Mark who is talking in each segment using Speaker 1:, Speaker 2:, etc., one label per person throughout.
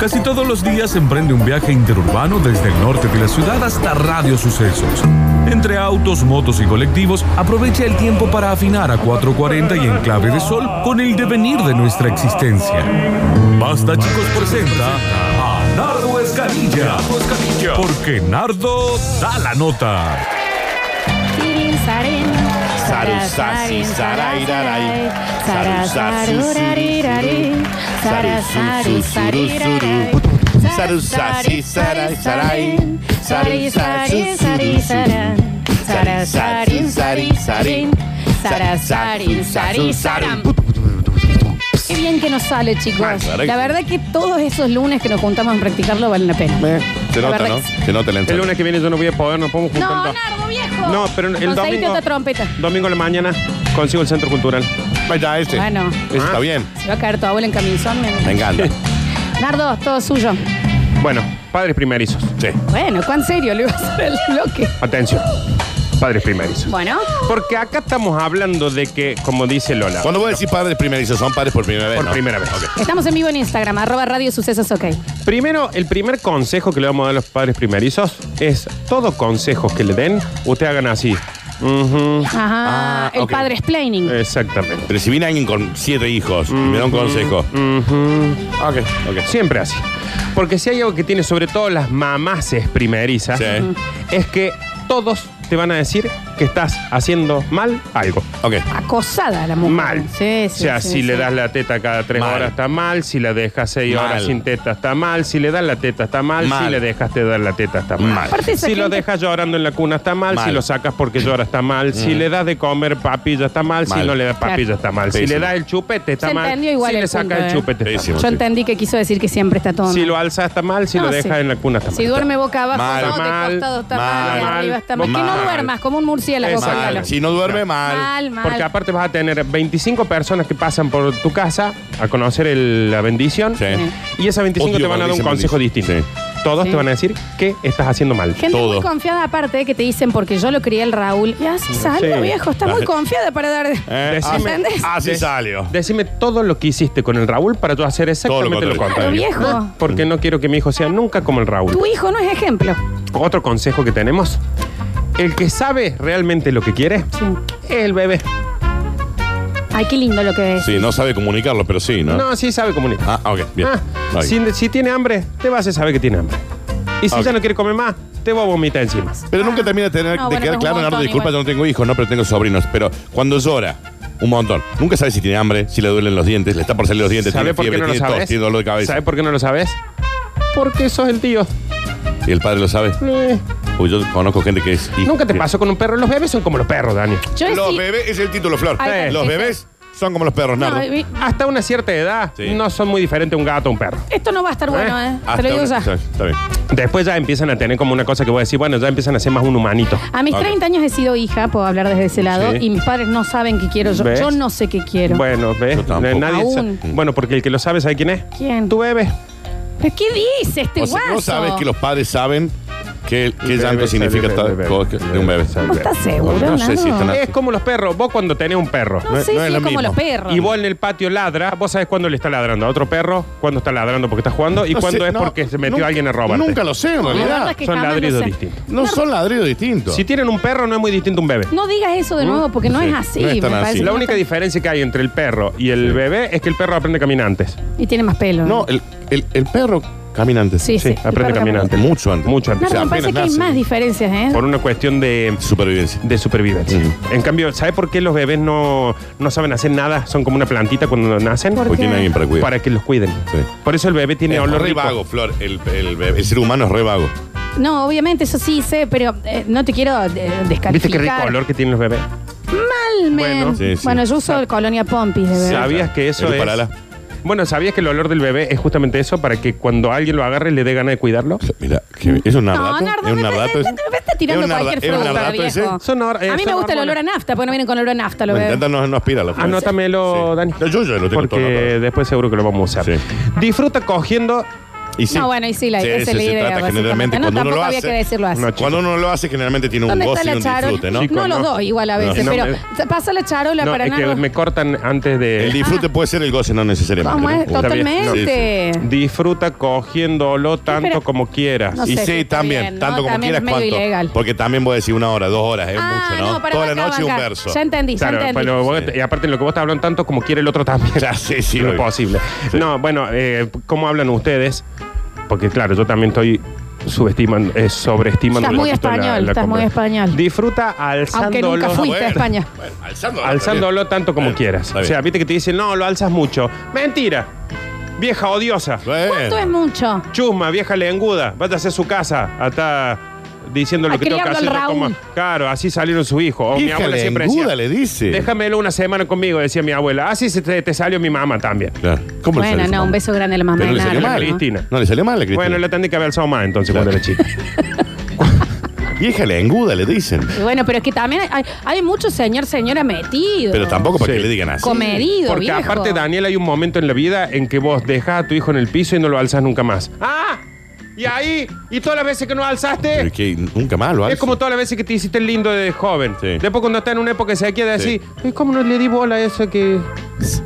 Speaker 1: Casi todos los días emprende un viaje interurbano desde el norte de la ciudad hasta Radio Sucesos. Entre autos, motos y colectivos, aprovecha el tiempo para afinar a 440 y Enclave de Sol con el devenir de nuestra existencia. Basta chicos presenta a Nardo Escanilla, porque Nardo da la nota.
Speaker 2: Tirin, saren,
Speaker 3: Saru,
Speaker 2: sarasarin,
Speaker 3: sasi, sarai, rarai.
Speaker 2: sarasarin,
Speaker 3: Saru,
Speaker 2: sarararari, sarasarin,
Speaker 3: sasi, suru, suru, suru,
Speaker 2: sarirarai.
Speaker 3: suru. Saru, sasi, sarai, sarai. Saru, sasi,
Speaker 2: Sarasarin,
Speaker 3: suru,
Speaker 2: sarisaran, sarasarin,
Speaker 3: suru. Sari, sari,
Speaker 2: sarisarin, sarasarin,
Speaker 3: sari, sari,
Speaker 2: sarisaran. Qué bien que nos sale, chicos.
Speaker 3: Ah, caray.
Speaker 2: La verdad que todos esos lunes que nos juntamos a practicarlo valen la pena.
Speaker 3: Eh, Se
Speaker 2: La
Speaker 3: nota,
Speaker 2: verdad
Speaker 3: ¿no?
Speaker 2: que-
Speaker 3: Se nota la
Speaker 4: El
Speaker 3: entrada.
Speaker 4: lunes que viene yo no voy a poder, no podemos juntar.
Speaker 2: No,
Speaker 4: dos.
Speaker 2: Nardo, viejo.
Speaker 4: No, pero el
Speaker 2: Conseguite
Speaker 4: domingo-
Speaker 2: otra trompeta.
Speaker 4: Domingo a la mañana consigo el centro cultural.
Speaker 3: Vaya, este.
Speaker 2: Bueno,
Speaker 3: Ese está
Speaker 4: Ah.
Speaker 3: bien.
Speaker 2: se va a caer tu abuela en camisón. nene.
Speaker 3: Me encanta.
Speaker 2: Nardo, todo suyo.
Speaker 4: Bueno, padres primerizos.
Speaker 3: Sí.
Speaker 2: Bueno, ¿cuán serio le iba a hacer el bloque?
Speaker 4: Atención. Padres primerizos.
Speaker 2: Bueno,
Speaker 4: Porque acá estamos hablando de que, como dice Lola,
Speaker 3: Cuando vos decís padres primerizos, son padres por primera vez.
Speaker 4: por
Speaker 3: ¿no?
Speaker 4: primera vez.
Speaker 2: estamos en vivo en Instagram, arroba Radio Sucesos OK.
Speaker 4: Primero, el primer consejo que le vamos a dar a los padres primerizos es todo consejo que le den, usted hagan así. Ujú,
Speaker 2: Ajá,
Speaker 3: Ah,
Speaker 2: el
Speaker 3: ok.
Speaker 2: padre explaining.
Speaker 4: Eh, Exactamente.
Speaker 3: Pero si viene alguien con siete hijos y me da un consejo.
Speaker 4: Mm, Ok, ok. Siempre así. Porque si hay algo que tiene sobre todo las mamaces primerizas,
Speaker 3: Sí.
Speaker 4: es que todos te van a decir que estás haciendo mal algo.
Speaker 3: Ok.
Speaker 2: Acosada la mujer.
Speaker 4: Mal.
Speaker 2: Sí, sí,
Speaker 4: o sea,
Speaker 2: sí,
Speaker 4: si le
Speaker 2: sí.
Speaker 4: das la teta cada tres
Speaker 3: Mal.
Speaker 4: horas está mal, si la dejas seis
Speaker 3: Mal.
Speaker 4: horas sin teta está mal, si le das la teta está mal,
Speaker 3: Mal.
Speaker 4: si le dejas te dar la teta está mal.
Speaker 3: Mal.
Speaker 2: Aparte esa
Speaker 4: Si lo
Speaker 2: gente-
Speaker 4: dejas llorando en la cuna está mal,
Speaker 3: Mal.
Speaker 4: si lo sacas porque llora está mal, si le das de comer papilla está mal,
Speaker 3: Mal.
Speaker 4: si no le das papilla
Speaker 2: Claro.
Speaker 4: está mal, si
Speaker 3: Pésimo.
Speaker 4: le das el chupete está
Speaker 2: Se
Speaker 4: mal,
Speaker 2: entendió igual
Speaker 4: si
Speaker 2: el
Speaker 4: le sacas
Speaker 2: punto,
Speaker 4: el
Speaker 2: eh.
Speaker 4: chupete está
Speaker 3: Pésimo.
Speaker 4: mal.
Speaker 2: Yo entendí que quiso decir que siempre está todo
Speaker 4: Si
Speaker 2: mal.
Speaker 4: lo alzas está mal, si
Speaker 2: No,
Speaker 4: lo
Speaker 2: Ah, sí.
Speaker 4: dejas en la cuna está mal.
Speaker 2: Si duerme boca abajo,
Speaker 3: Mal.
Speaker 2: no,
Speaker 4: Mal.
Speaker 2: de costado está
Speaker 3: Mal.
Speaker 2: mal, de arriba está mal.
Speaker 3: Mal.
Speaker 2: Que no duermas como un murciélago.
Speaker 4: Exacto.
Speaker 2: Gonzalo.
Speaker 3: Mal. Si no duerme, mal.
Speaker 2: mal, mal.
Speaker 4: Porque aparte vas a tener 25 personas que pasan por tu casa a conocer el- la bendición.
Speaker 3: Sí.
Speaker 4: Y esas 25
Speaker 3: Odio
Speaker 4: te van a dar un
Speaker 3: cuando dicen
Speaker 4: consejo distinto.
Speaker 3: bendición.
Speaker 4: Todos
Speaker 2: Sí.
Speaker 4: te van a decir que estás haciendo mal.
Speaker 2: Gente muy
Speaker 3: Todo.
Speaker 2: confiada aparte eh, que te dicen porque yo lo crié el Raúl. Y así salió,
Speaker 4: Sí.
Speaker 2: viejo. Está
Speaker 3: La
Speaker 2: muy
Speaker 3: gente-
Speaker 2: confiada para dar...
Speaker 3: Eh,
Speaker 4: Decime-
Speaker 2: ¿Entendés?
Speaker 3: Así
Speaker 4: Dec-
Speaker 3: salió.
Speaker 4: Decime todo lo que hiciste con el Raúl para tú hacer exactamente
Speaker 3: Todo
Speaker 4: lo
Speaker 3: lo contrario.
Speaker 2: Pero
Speaker 4: contrario. Ah,
Speaker 2: viejo,
Speaker 4: Porque no quiero que mi hijo sea nunca como el Raúl.
Speaker 2: tu hijo no es ejemplo.
Speaker 4: Otro consejo que tenemos. El que sabe realmente lo que quiere
Speaker 2: Sí.
Speaker 4: es el bebé.
Speaker 2: Ay, qué lindo lo que es.
Speaker 3: Sí, no sabe comunicarlo, pero sí, ¿no?
Speaker 4: No, sí sabe comunicar.
Speaker 3: Ah, ok. Bien.
Speaker 4: Ah,
Speaker 3: Ok.
Speaker 4: si, si tiene hambre, te vas a saber que tiene hambre. Y si
Speaker 3: Ah, Ok.
Speaker 4: ya no quiere comer más, te va a vomitar encima.
Speaker 3: Pero nunca termina de, tener,
Speaker 2: No,
Speaker 3: de
Speaker 2: bueno, pero es
Speaker 3: quedar
Speaker 2: un
Speaker 3: claro,
Speaker 2: montón
Speaker 3: Nardo, disculpa,
Speaker 2: igual.
Speaker 3: yo no tengo hijos, no, pero tengo sobrinos. Pero cuando llora, un montón. Nunca sabe si tiene hambre, si le duelen los dientes, le está por salir los dientes,
Speaker 4: ¿Sabe
Speaker 3: tiene
Speaker 4: por qué
Speaker 3: fiebre,
Speaker 4: no lo
Speaker 3: tiene tos,
Speaker 4: sabes?
Speaker 3: tiene dolor de cabeza.
Speaker 4: ¿Sabe por qué no lo sabes? Porque sos el tío.
Speaker 3: Y el padre lo sabe.
Speaker 4: Eh,
Speaker 3: Uy, yo conozco gente que es... hijo-
Speaker 4: Nunca te pasó con un perro. Los bebés son como los perros, Dani.
Speaker 2: Yo he
Speaker 3: Los
Speaker 2: si-
Speaker 3: bebés, es el título, Flor.
Speaker 2: Ahí
Speaker 4: está.
Speaker 3: Los bebés son como los perros,
Speaker 2: No, eh,
Speaker 3: Nardo.
Speaker 2: vi-
Speaker 4: Hasta una cierta edad
Speaker 3: Sí.
Speaker 4: no son muy diferentes un gato a un perro.
Speaker 2: esto no va a estar bueno, ¿eh?
Speaker 3: Hasta
Speaker 2: Te lo digo
Speaker 3: una-
Speaker 2: ya.
Speaker 3: Está está bien.
Speaker 4: Después ya empiezan a tener como una cosa que voy a decir, bueno, ya empiezan a ser más un humanito.
Speaker 2: A mis
Speaker 3: Ok.
Speaker 2: 30 años he sido hija, puedo hablar desde ese lado,
Speaker 4: Sí.
Speaker 2: y mis padres no saben qué quiero yo.
Speaker 4: ¿Ves?
Speaker 2: Yo no sé qué quiero.
Speaker 4: Bueno, ¿ves?
Speaker 3: Yo tampoco.
Speaker 4: Nadie sa-
Speaker 2: Aún.
Speaker 4: Bueno, porque el que lo sabe, ¿sabe quién es?
Speaker 2: ¿Quién?
Speaker 4: Tu bebé.
Speaker 2: ¿Pero qué dice este
Speaker 3: O sea,
Speaker 2: guaso?
Speaker 3: no sabes que los padres saben que, que
Speaker 4: El
Speaker 3: llanto
Speaker 4: bebé
Speaker 3: significa
Speaker 4: sabe,
Speaker 3: estar
Speaker 4: el bebé,
Speaker 3: co-
Speaker 4: el
Speaker 3: de un bebé.
Speaker 4: bebé sabe.
Speaker 2: ¿Vos estás seguro,
Speaker 3: No sé
Speaker 2: Nardo?
Speaker 3: si están así.
Speaker 4: Es como los perros. Vos cuando tenés un perro
Speaker 2: No,
Speaker 3: No,
Speaker 2: sé
Speaker 3: no
Speaker 2: si
Speaker 3: es
Speaker 2: es
Speaker 3: lo
Speaker 2: como
Speaker 3: mismo.
Speaker 2: los perros.
Speaker 4: y vos en el patio ladra, vos sabés cuándo le está ladrando a otro perro, cuándo está ladrando porque está jugando y
Speaker 3: No
Speaker 4: cuándo
Speaker 3: sé,
Speaker 4: es
Speaker 3: no,
Speaker 4: porque se metió
Speaker 3: nunca-
Speaker 4: alguien a robarte.
Speaker 3: Nunca lo sé, en
Speaker 2: La verdad
Speaker 3: realidad.
Speaker 2: es que
Speaker 4: Son
Speaker 2: jamás
Speaker 4: ladridos
Speaker 2: lo sé.
Speaker 4: distintos.
Speaker 3: No son ladridos distintos.
Speaker 4: Si tienen un perro, no es muy distinto a un bebé.
Speaker 2: No digas eso de nuevo porque no
Speaker 3: Sí,
Speaker 2: es así.
Speaker 3: ¿Mm? no es
Speaker 2: me
Speaker 3: tan
Speaker 2: parece
Speaker 3: así.
Speaker 2: que
Speaker 4: La
Speaker 2: no
Speaker 4: única
Speaker 2: es
Speaker 4: diferencia que hay entre el perro y el bebé es que el perro aprende a caminar antes.
Speaker 2: tan- Y tiene más pelo.
Speaker 3: No, el, el, el perro camina antes.
Speaker 2: Sí, sí.
Speaker 4: sí, Ah. aprende
Speaker 2: el perro
Speaker 4: a
Speaker 2: camina.
Speaker 4: caminar. antes.
Speaker 3: Mucho antes.
Speaker 4: Mucho antes.
Speaker 3: O sea,
Speaker 2: Nardo, me parece
Speaker 3: apenas
Speaker 2: que hay
Speaker 3: nace.
Speaker 2: más diferencias, ¿eh?
Speaker 4: Por una cuestión de,
Speaker 3: Supervivencia.
Speaker 4: de supervivencia.
Speaker 3: Ujú.
Speaker 4: En cambio, ¿sabes por qué los bebés no, no saben hacer nada? Son como una plantita cuando nacen.
Speaker 2: ¿Por
Speaker 3: Porque
Speaker 2: qué?
Speaker 3: tiene alguien para cuidar.
Speaker 4: Para que los cuiden.
Speaker 3: Sí.
Speaker 4: Por eso el bebé tiene
Speaker 3: Es
Speaker 4: olor
Speaker 3: re
Speaker 4: rico.
Speaker 3: vago, Flor. El, el bebé- el ser humano es re vago.
Speaker 2: No, obviamente, eso sí sé, pero eh, no te quiero eh, descalificar.
Speaker 4: ¿Viste qué rico olor que tienen los bebés?
Speaker 2: Mal, men. Bueno,
Speaker 4: Bueno,
Speaker 3: sí, sí.
Speaker 2: yo uso el colonia Pompis, de verdad.
Speaker 4: ¿Sabías que eso
Speaker 3: Pero
Speaker 4: es...?
Speaker 3: parala.
Speaker 4: Bueno, ¿sabías que el olor del bebé es justamente eso? Para que cuando alguien lo agarre le dé ganas de cuidarlo.
Speaker 3: Mira, que- es un
Speaker 2: No,
Speaker 3: nardato.
Speaker 2: Nardo,
Speaker 3: es un
Speaker 2: me,
Speaker 3: nardato.
Speaker 2: parece-
Speaker 3: ese?
Speaker 2: me está tirando
Speaker 3: Es un narda-
Speaker 2: cualquier
Speaker 3: es un
Speaker 2: fruta,
Speaker 3: nardato ese.
Speaker 2: viejo.
Speaker 4: Son hor- eh,
Speaker 2: a mí me
Speaker 4: son
Speaker 2: gusta el olor
Speaker 4: hormonas.
Speaker 2: a nafta, porque no vienen con olor a nafta, lo
Speaker 3: Me
Speaker 2: veo.
Speaker 3: encanta, no, no aspira la
Speaker 4: Anótamelo,
Speaker 3: Sí.
Speaker 4: Dani.
Speaker 3: No, yo ya lo tengo todo
Speaker 4: Porque
Speaker 3: anotado.
Speaker 4: después seguro que lo vamos a usar.
Speaker 3: Sí.
Speaker 4: Disfruta cogiendo
Speaker 3: Y sí.
Speaker 2: No, bueno, y sí, la idea
Speaker 3: Sí,
Speaker 2: es la idea,
Speaker 3: trata
Speaker 2: básicamente.
Speaker 3: generalmente
Speaker 2: No,
Speaker 3: cuando uno lo
Speaker 2: tampoco
Speaker 3: hace.
Speaker 2: había que decirlo así.
Speaker 4: No,
Speaker 3: cuando uno lo hace, generalmente tiene un
Speaker 2: ¿Dónde está
Speaker 3: goce y
Speaker 2: la
Speaker 3: un disfrute,
Speaker 2: charola?
Speaker 3: ¿no?
Speaker 4: Sí. Chicos,
Speaker 2: no, los
Speaker 4: no.
Speaker 2: dos igual a
Speaker 4: No,
Speaker 2: veces,
Speaker 4: no,
Speaker 2: pero
Speaker 4: me-
Speaker 2: pasa la charola
Speaker 4: No,
Speaker 2: para Ah,
Speaker 4: es que
Speaker 2: nada.
Speaker 4: me cortan antes de.
Speaker 3: El disfrute puede ser el goce, no necesariamente.
Speaker 2: Vamos,
Speaker 3: ¿no?
Speaker 2: es totalmente.
Speaker 4: Disfruta cogiéndolo tanto
Speaker 2: eh. pero-
Speaker 4: como quieras.
Speaker 2: No
Speaker 3: y
Speaker 2: sé,
Speaker 3: sí,
Speaker 2: está
Speaker 3: también,
Speaker 2: bien, ¿no?
Speaker 3: tanto como
Speaker 2: También es
Speaker 3: quieras,
Speaker 2: medio
Speaker 3: cuánto.
Speaker 2: ilegal.
Speaker 3: Porque también voy a decir una hora, dos horas, es
Speaker 2: ah,
Speaker 3: mucho, ¿no?
Speaker 2: no, para
Speaker 3: Toda la
Speaker 2: bancar,
Speaker 3: noche un
Speaker 2: bancar.
Speaker 3: verso.
Speaker 2: Ya entendí,
Speaker 4: Claro,
Speaker 2: ya entendí.
Speaker 4: pero vos-
Speaker 3: Sí.
Speaker 4: y aparte en lo que vos estás hablando tanto como quiere el otro también.
Speaker 3: Ya, sí, sí,
Speaker 4: no es
Speaker 3: obvio.
Speaker 4: posible. No, bueno, eh, ¿cómo hablan ustedes? Porque claro, yo también estoy subestimando, eh, sobreestimando.
Speaker 2: Estás
Speaker 4: un
Speaker 2: muy
Speaker 4: poquito la-
Speaker 2: español,
Speaker 4: la
Speaker 2: estás muy
Speaker 4: compra.
Speaker 2: español.
Speaker 4: Disfruta alzándolo.
Speaker 2: nunca fui. Fuiste a España.
Speaker 3: bueno, alzándolo.
Speaker 4: Alzándolo tanto como
Speaker 3: Bien,
Speaker 4: quieras.
Speaker 3: está
Speaker 4: O
Speaker 3: bien.
Speaker 4: sea, viste que te dicen, no, lo alzas mucho. Mentira. Vieja odiosa.
Speaker 3: Bueno.
Speaker 2: ¿Cuánto es mucho?
Speaker 4: Chusma, vieja lenguda, vaya a hacer su casa, hasta diciendo
Speaker 2: Ah,
Speaker 4: lo que tengo que
Speaker 2: criando
Speaker 4: hacer.
Speaker 2: al
Speaker 4: yo
Speaker 2: Raúl.
Speaker 4: como- Claro, así salieron su hijo. O mi
Speaker 3: Hija
Speaker 4: abuela siempre
Speaker 3: lenguda,
Speaker 4: decía,
Speaker 3: le dice.
Speaker 4: déjamelo una semana conmigo, decía mi abuela. Así se te, te salió mi mamá también.
Speaker 3: Claro. ¿Cómo le
Speaker 2: Bueno,
Speaker 3: salió su
Speaker 2: no, un
Speaker 3: mamá?
Speaker 2: beso grande a la mamá.
Speaker 3: Pero le
Speaker 2: de
Speaker 3: salió
Speaker 2: Nardo,
Speaker 4: la
Speaker 3: mal. ¿eh?
Speaker 2: ¿no?
Speaker 4: Cristina.
Speaker 3: No, le salió mal a Cristina.
Speaker 4: Bueno, la tendría que haber alzado más entonces
Speaker 3: Claro.
Speaker 4: cuando era chica.
Speaker 3: Vieja lenguda, le dicen.
Speaker 2: Y bueno, pero es que también hay, hay mucho señor, señora metido.
Speaker 3: Pero tampoco para
Speaker 4: Sí.
Speaker 3: que le digan así.
Speaker 2: Comedido,
Speaker 4: Porque
Speaker 2: viejo.
Speaker 4: aparte, Daniel, hay un momento en la vida en que vos dejás a tu hijo en el piso y no lo alzas nunca más. ¡Ah! Y ahí, y todas las veces que no alzaste,
Speaker 3: Pero es que nunca más lo
Speaker 4: Es
Speaker 3: hace.
Speaker 4: como todas las veces que te hiciste el lindo de joven.
Speaker 3: Sí.
Speaker 4: Después cuando está en una época se queda así,
Speaker 3: Sí.
Speaker 4: "Ay, ¿cómo no le di bola a eso que...?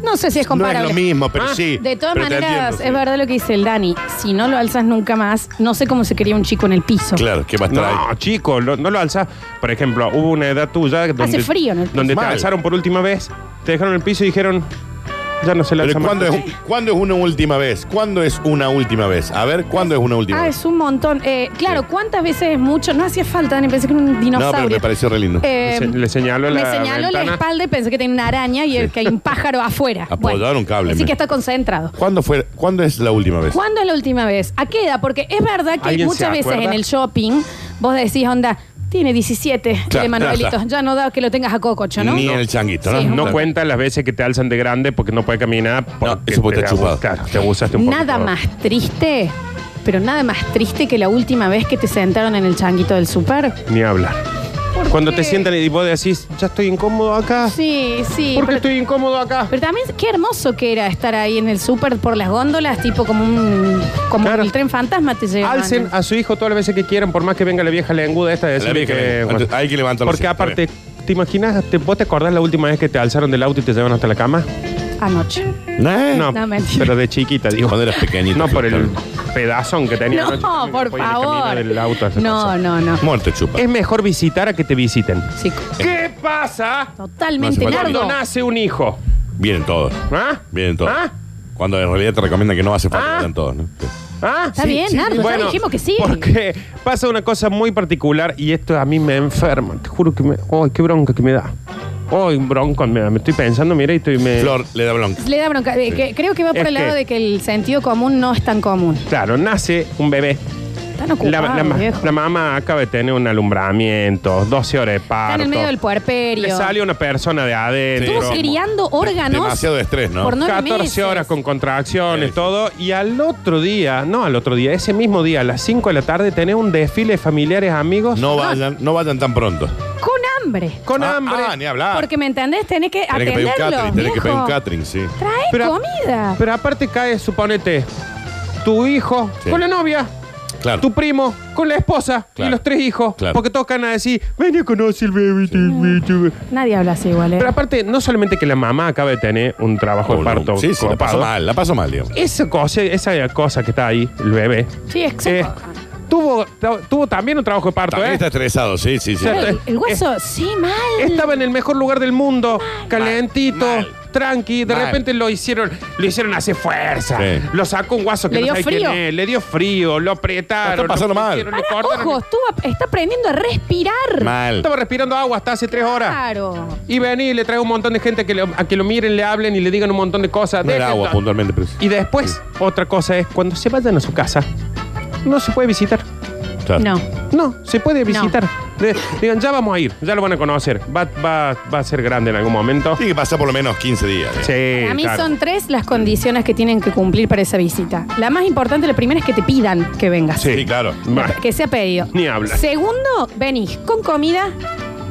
Speaker 2: No sé si es
Speaker 3: No es
Speaker 2: comparable.
Speaker 3: lo mismo, pero
Speaker 4: Ah,
Speaker 3: sí.
Speaker 2: De todas
Speaker 3: pero te
Speaker 2: maneras,
Speaker 3: entiendo, sí.
Speaker 2: es verdad lo que dice el Dani. Si no lo alzas nunca más, no sé cómo se quería un chico en el piso.
Speaker 3: Claro, ¿qué va a estar ahí?
Speaker 4: No, chico, lo- no lo alzas. Por ejemplo, hubo una edad tuya donde,
Speaker 2: frío en el piso.
Speaker 4: donde te
Speaker 3: Mal.
Speaker 4: alzaron por última vez, te dejaron en el piso y dijeron, ya no se la
Speaker 3: Pero
Speaker 4: alza más.
Speaker 3: ¿cuándo es, ¿cuándo es una última vez? ¿Cuándo es una última vez? A ver, ¿cuándo es una última
Speaker 2: Ah,
Speaker 3: vez?
Speaker 2: es un montón. Eh, claro, ¿cuántas veces es mucho? No hacía falta, Dani, pensé que era un
Speaker 3: No,
Speaker 2: dinosaurio.
Speaker 3: pero me pareció re lindo.
Speaker 2: Eh,
Speaker 4: Le se- le señaló la
Speaker 2: me señaló la
Speaker 4: ventana.
Speaker 2: espalda y pensé que tenía una araña y el que hay un pájaro afuera.
Speaker 3: Apoyaron un cable,
Speaker 2: Así
Speaker 3: me-
Speaker 2: que está concentrado.
Speaker 3: ¿Cuándo, fue, ¿Cuándo es la última vez?
Speaker 2: ¿Cuándo es la última vez? ¿A qué edad? Porque es verdad que
Speaker 4: ¿Alguien se
Speaker 2: muchas veces
Speaker 4: acuerda?
Speaker 2: en el shopping vos decís, onda, tiene 17
Speaker 3: Claro,
Speaker 2: de Manuelito.
Speaker 3: claro.
Speaker 2: Ya no da que lo tengas a cococho, ¿no?
Speaker 3: Ni en el changuito, ¿no?
Speaker 2: Sí,
Speaker 4: No
Speaker 3: Claro.
Speaker 4: cuenta las veces que te alzan de grande porque no puede caminar. Porque
Speaker 3: eso porque
Speaker 4: te
Speaker 3: está chupado.
Speaker 4: Claro, te abusaste un poco.
Speaker 2: Nada más triste, pero nada más triste que la última vez que te sentaron en el changuito del super.
Speaker 4: Ni hablar.
Speaker 2: ¿Por
Speaker 4: Cuando
Speaker 2: qué?
Speaker 4: te sientan y vos decís, ya estoy incómodo acá.
Speaker 2: Sí, sí.
Speaker 4: ¿Por qué
Speaker 2: pero,
Speaker 4: estoy incómodo acá?
Speaker 2: pero también qué hermoso que era estar ahí en el super por las góndolas, tipo como un como
Speaker 4: Claro.
Speaker 2: el tren fantasma te llevan.
Speaker 4: Alcen a su hijo todas las veces que quieran, por más que venga la vieja lenguda esta de
Speaker 3: La
Speaker 4: decirle
Speaker 3: vieja
Speaker 4: que...
Speaker 3: lenguda. Entonces, hay que levantarlo
Speaker 4: Porque
Speaker 3: así, está
Speaker 4: aparte, ¿te imaginas? te- ¿Vos te acordás la última vez que te alzaron del auto y te llevaron hasta la cama?
Speaker 2: Anoche.
Speaker 3: ¿Eh?
Speaker 4: No,
Speaker 2: No, mentira.
Speaker 4: pero de chiquita, digo.
Speaker 3: Cuando eras pequeñito.
Speaker 4: No por el pedazón que tenía.
Speaker 2: No,
Speaker 4: anoche, que
Speaker 2: por
Speaker 4: podía ni caminar
Speaker 2: favor.
Speaker 4: el auto, esas
Speaker 2: no,
Speaker 4: cosas.
Speaker 2: no, no.
Speaker 3: Muerte chupa.
Speaker 4: Es mejor visitar a que te visiten.
Speaker 2: Sí,
Speaker 4: ¿Qué pasa
Speaker 2: totalmente
Speaker 3: No hace falta
Speaker 2: largo.
Speaker 4: cuando nace un hijo?
Speaker 3: Vienen todos.
Speaker 4: ¿Ah?
Speaker 3: Vienen todos.
Speaker 4: ¿Ah?
Speaker 3: Cuando en realidad te recomiendan que no hace falta
Speaker 4: Ah.
Speaker 3: que vayan todos, ¿no?
Speaker 4: ¿Ah?
Speaker 2: Está bien, Nardo, ya dijimos que sí.
Speaker 4: Porque pasa una cosa muy particular y esto a mí me enferma. Te juro que me. ¡Ay, qué bronca que me da! ¡Ay, bronca me da! Me estoy pensando, mira, y estoy. Me...
Speaker 3: Flor le da blanco.
Speaker 2: Le da bronca. Eh, que- creo que va por
Speaker 4: Es
Speaker 2: el lado
Speaker 4: que-
Speaker 2: de que el sentido común no es tan común.
Speaker 4: Claro, nace un bebé.
Speaker 2: Están
Speaker 4: La,
Speaker 2: ocupados,
Speaker 4: la ma-
Speaker 2: viejo.
Speaker 4: la mamá acaba de tener un alumbramiento, 12 horas de parto.
Speaker 2: Está en el medio del puerperio.
Speaker 4: Le sale una persona de adentro.
Speaker 2: Estuvo
Speaker 3: Sí.
Speaker 2: criando órganos.
Speaker 3: Demasiado estrés, ¿no?
Speaker 2: Por nueve
Speaker 4: 14
Speaker 2: meses.
Speaker 4: horas con contracciones,
Speaker 3: Sí.
Speaker 4: todo. Y al otro día, no al otro día, ese mismo día, a las 5 de la tarde, tenés un desfile de familiares, amigos.
Speaker 3: No vayan, no vayan tan pronto.
Speaker 2: Con hambre.
Speaker 4: Con
Speaker 3: Ah,
Speaker 4: hambre.
Speaker 3: Ah, ni hablar.
Speaker 2: Porque me entendés, tenés que
Speaker 3: tenés que pedir un
Speaker 2: atenderlo.
Speaker 3: catering, tenés que pedir un
Speaker 2: viejo.
Speaker 3: catering, sí.
Speaker 2: Trae
Speaker 4: Pero-
Speaker 2: comida.
Speaker 4: Pero aparte cae, suponete, tu hijo
Speaker 3: Sí.
Speaker 4: con la novia,
Speaker 3: Claro.
Speaker 4: tu primo con la esposa y
Speaker 3: Claro.
Speaker 4: los tres hijos.
Speaker 3: Claro.
Speaker 4: Porque todos van a decir, ven a conocer el bebé. te- me- te-
Speaker 2: Nadie habla así igual, ¿eh?
Speaker 4: Pero aparte, no solamente que la mamá acaba de tener un trabajo de
Speaker 3: Oh, no.
Speaker 4: parto
Speaker 3: Sí, sí, la paso
Speaker 4: copado.
Speaker 3: mal, la paso mal, digamos.
Speaker 4: esa cosa, esa cosa que está ahí, el bebé,
Speaker 2: sí, exacto.
Speaker 4: eh, tuvo, tuvo también un trabajo de parto,
Speaker 3: También
Speaker 4: ¿eh?
Speaker 3: está estresado, sí, sí, sí.
Speaker 4: O sea,
Speaker 2: el, el
Speaker 3: eh,
Speaker 2: hueso, sí, mal.
Speaker 4: Estaba en el mejor lugar del mundo, calentito,
Speaker 3: mal.
Speaker 4: tranqui. De
Speaker 3: Mal.
Speaker 4: repente lo hicieron, lo hicieron hacer fuerza.
Speaker 3: Sí.
Speaker 4: Lo sacó un guaso que
Speaker 2: Le
Speaker 4: no
Speaker 2: dio
Speaker 4: sabe
Speaker 2: frío.
Speaker 4: quién es, le dio frío, lo apretaron.
Speaker 3: La está pasando
Speaker 4: lo
Speaker 3: mal.
Speaker 4: pusieron, le
Speaker 2: Pará,
Speaker 4: cortaron.
Speaker 2: ojo, estuvo, está aprendiendo a respirar.
Speaker 3: Mal.
Speaker 4: Estaba respirando agua hasta hace tres horas.
Speaker 2: Claro.
Speaker 4: Y vení y le traigo un montón de gente que lo- a que lo miren, le hablen y le digan un montón de cosas.
Speaker 3: No era
Speaker 4: Dejen-
Speaker 3: agua puntualmente, pero sí.
Speaker 4: Y después, otra cosa es, cuando se vayan a su casa, no se puede visitar.
Speaker 3: Claro.
Speaker 2: No.
Speaker 4: No, se puede visitar. De- digan, ya vamos a ir, ya lo van a conocer. Va, va, va a ser grande en algún momento.
Speaker 3: Tiene que pasar por lo menos 15 días. ¿eh?
Speaker 4: Sí,
Speaker 2: A mí
Speaker 4: claro.
Speaker 2: son tres las condiciones que tienen que cumplir para esa visita. La más importante, la primera es que te pidan que vengas.
Speaker 4: Sí.
Speaker 3: Sí, claro.
Speaker 4: Bah,
Speaker 2: Que sea pedido.
Speaker 4: Ni hablar.
Speaker 2: Segundo, venís con comida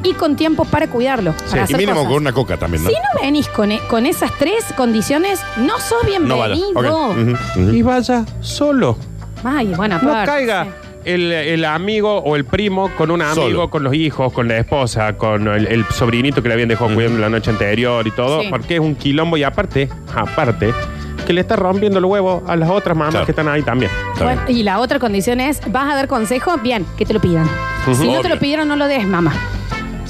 Speaker 2: y con tiempo para cuidarlo.
Speaker 4: Sí,
Speaker 2: para
Speaker 3: Y
Speaker 2: hacer
Speaker 3: mínimo
Speaker 2: cosas.
Speaker 3: con una coca también, ¿no?
Speaker 2: Si no venís con, e- con esas tres condiciones, no sos
Speaker 3: no
Speaker 2: bienvenido.
Speaker 3: vaya. Ok. Ujú, ujú.
Speaker 4: Y vaya solo.
Speaker 2: Ay,
Speaker 3: Mm.
Speaker 2: bueno,
Speaker 4: No
Speaker 2: aparte,
Speaker 4: caiga
Speaker 2: sí.
Speaker 4: el, el amigo o el primo con un amigo,
Speaker 3: Solo.
Speaker 4: con los hijos, con la esposa, con el, el sobrinito que le habían dejado cuidando la noche anterior y todo,
Speaker 2: Sí.
Speaker 4: porque es un quilombo y aparte, aparte, que le está rompiendo el huevo a las otras mamás
Speaker 3: Claro.
Speaker 4: que están ahí también.
Speaker 3: Está
Speaker 2: Bueno, y la otra condición es, vas a dar consejo, bien, que te lo pidan.
Speaker 4: Ujú.
Speaker 2: Si no te
Speaker 3: Obvio. Este
Speaker 2: lo pidieron, no lo des, mamá.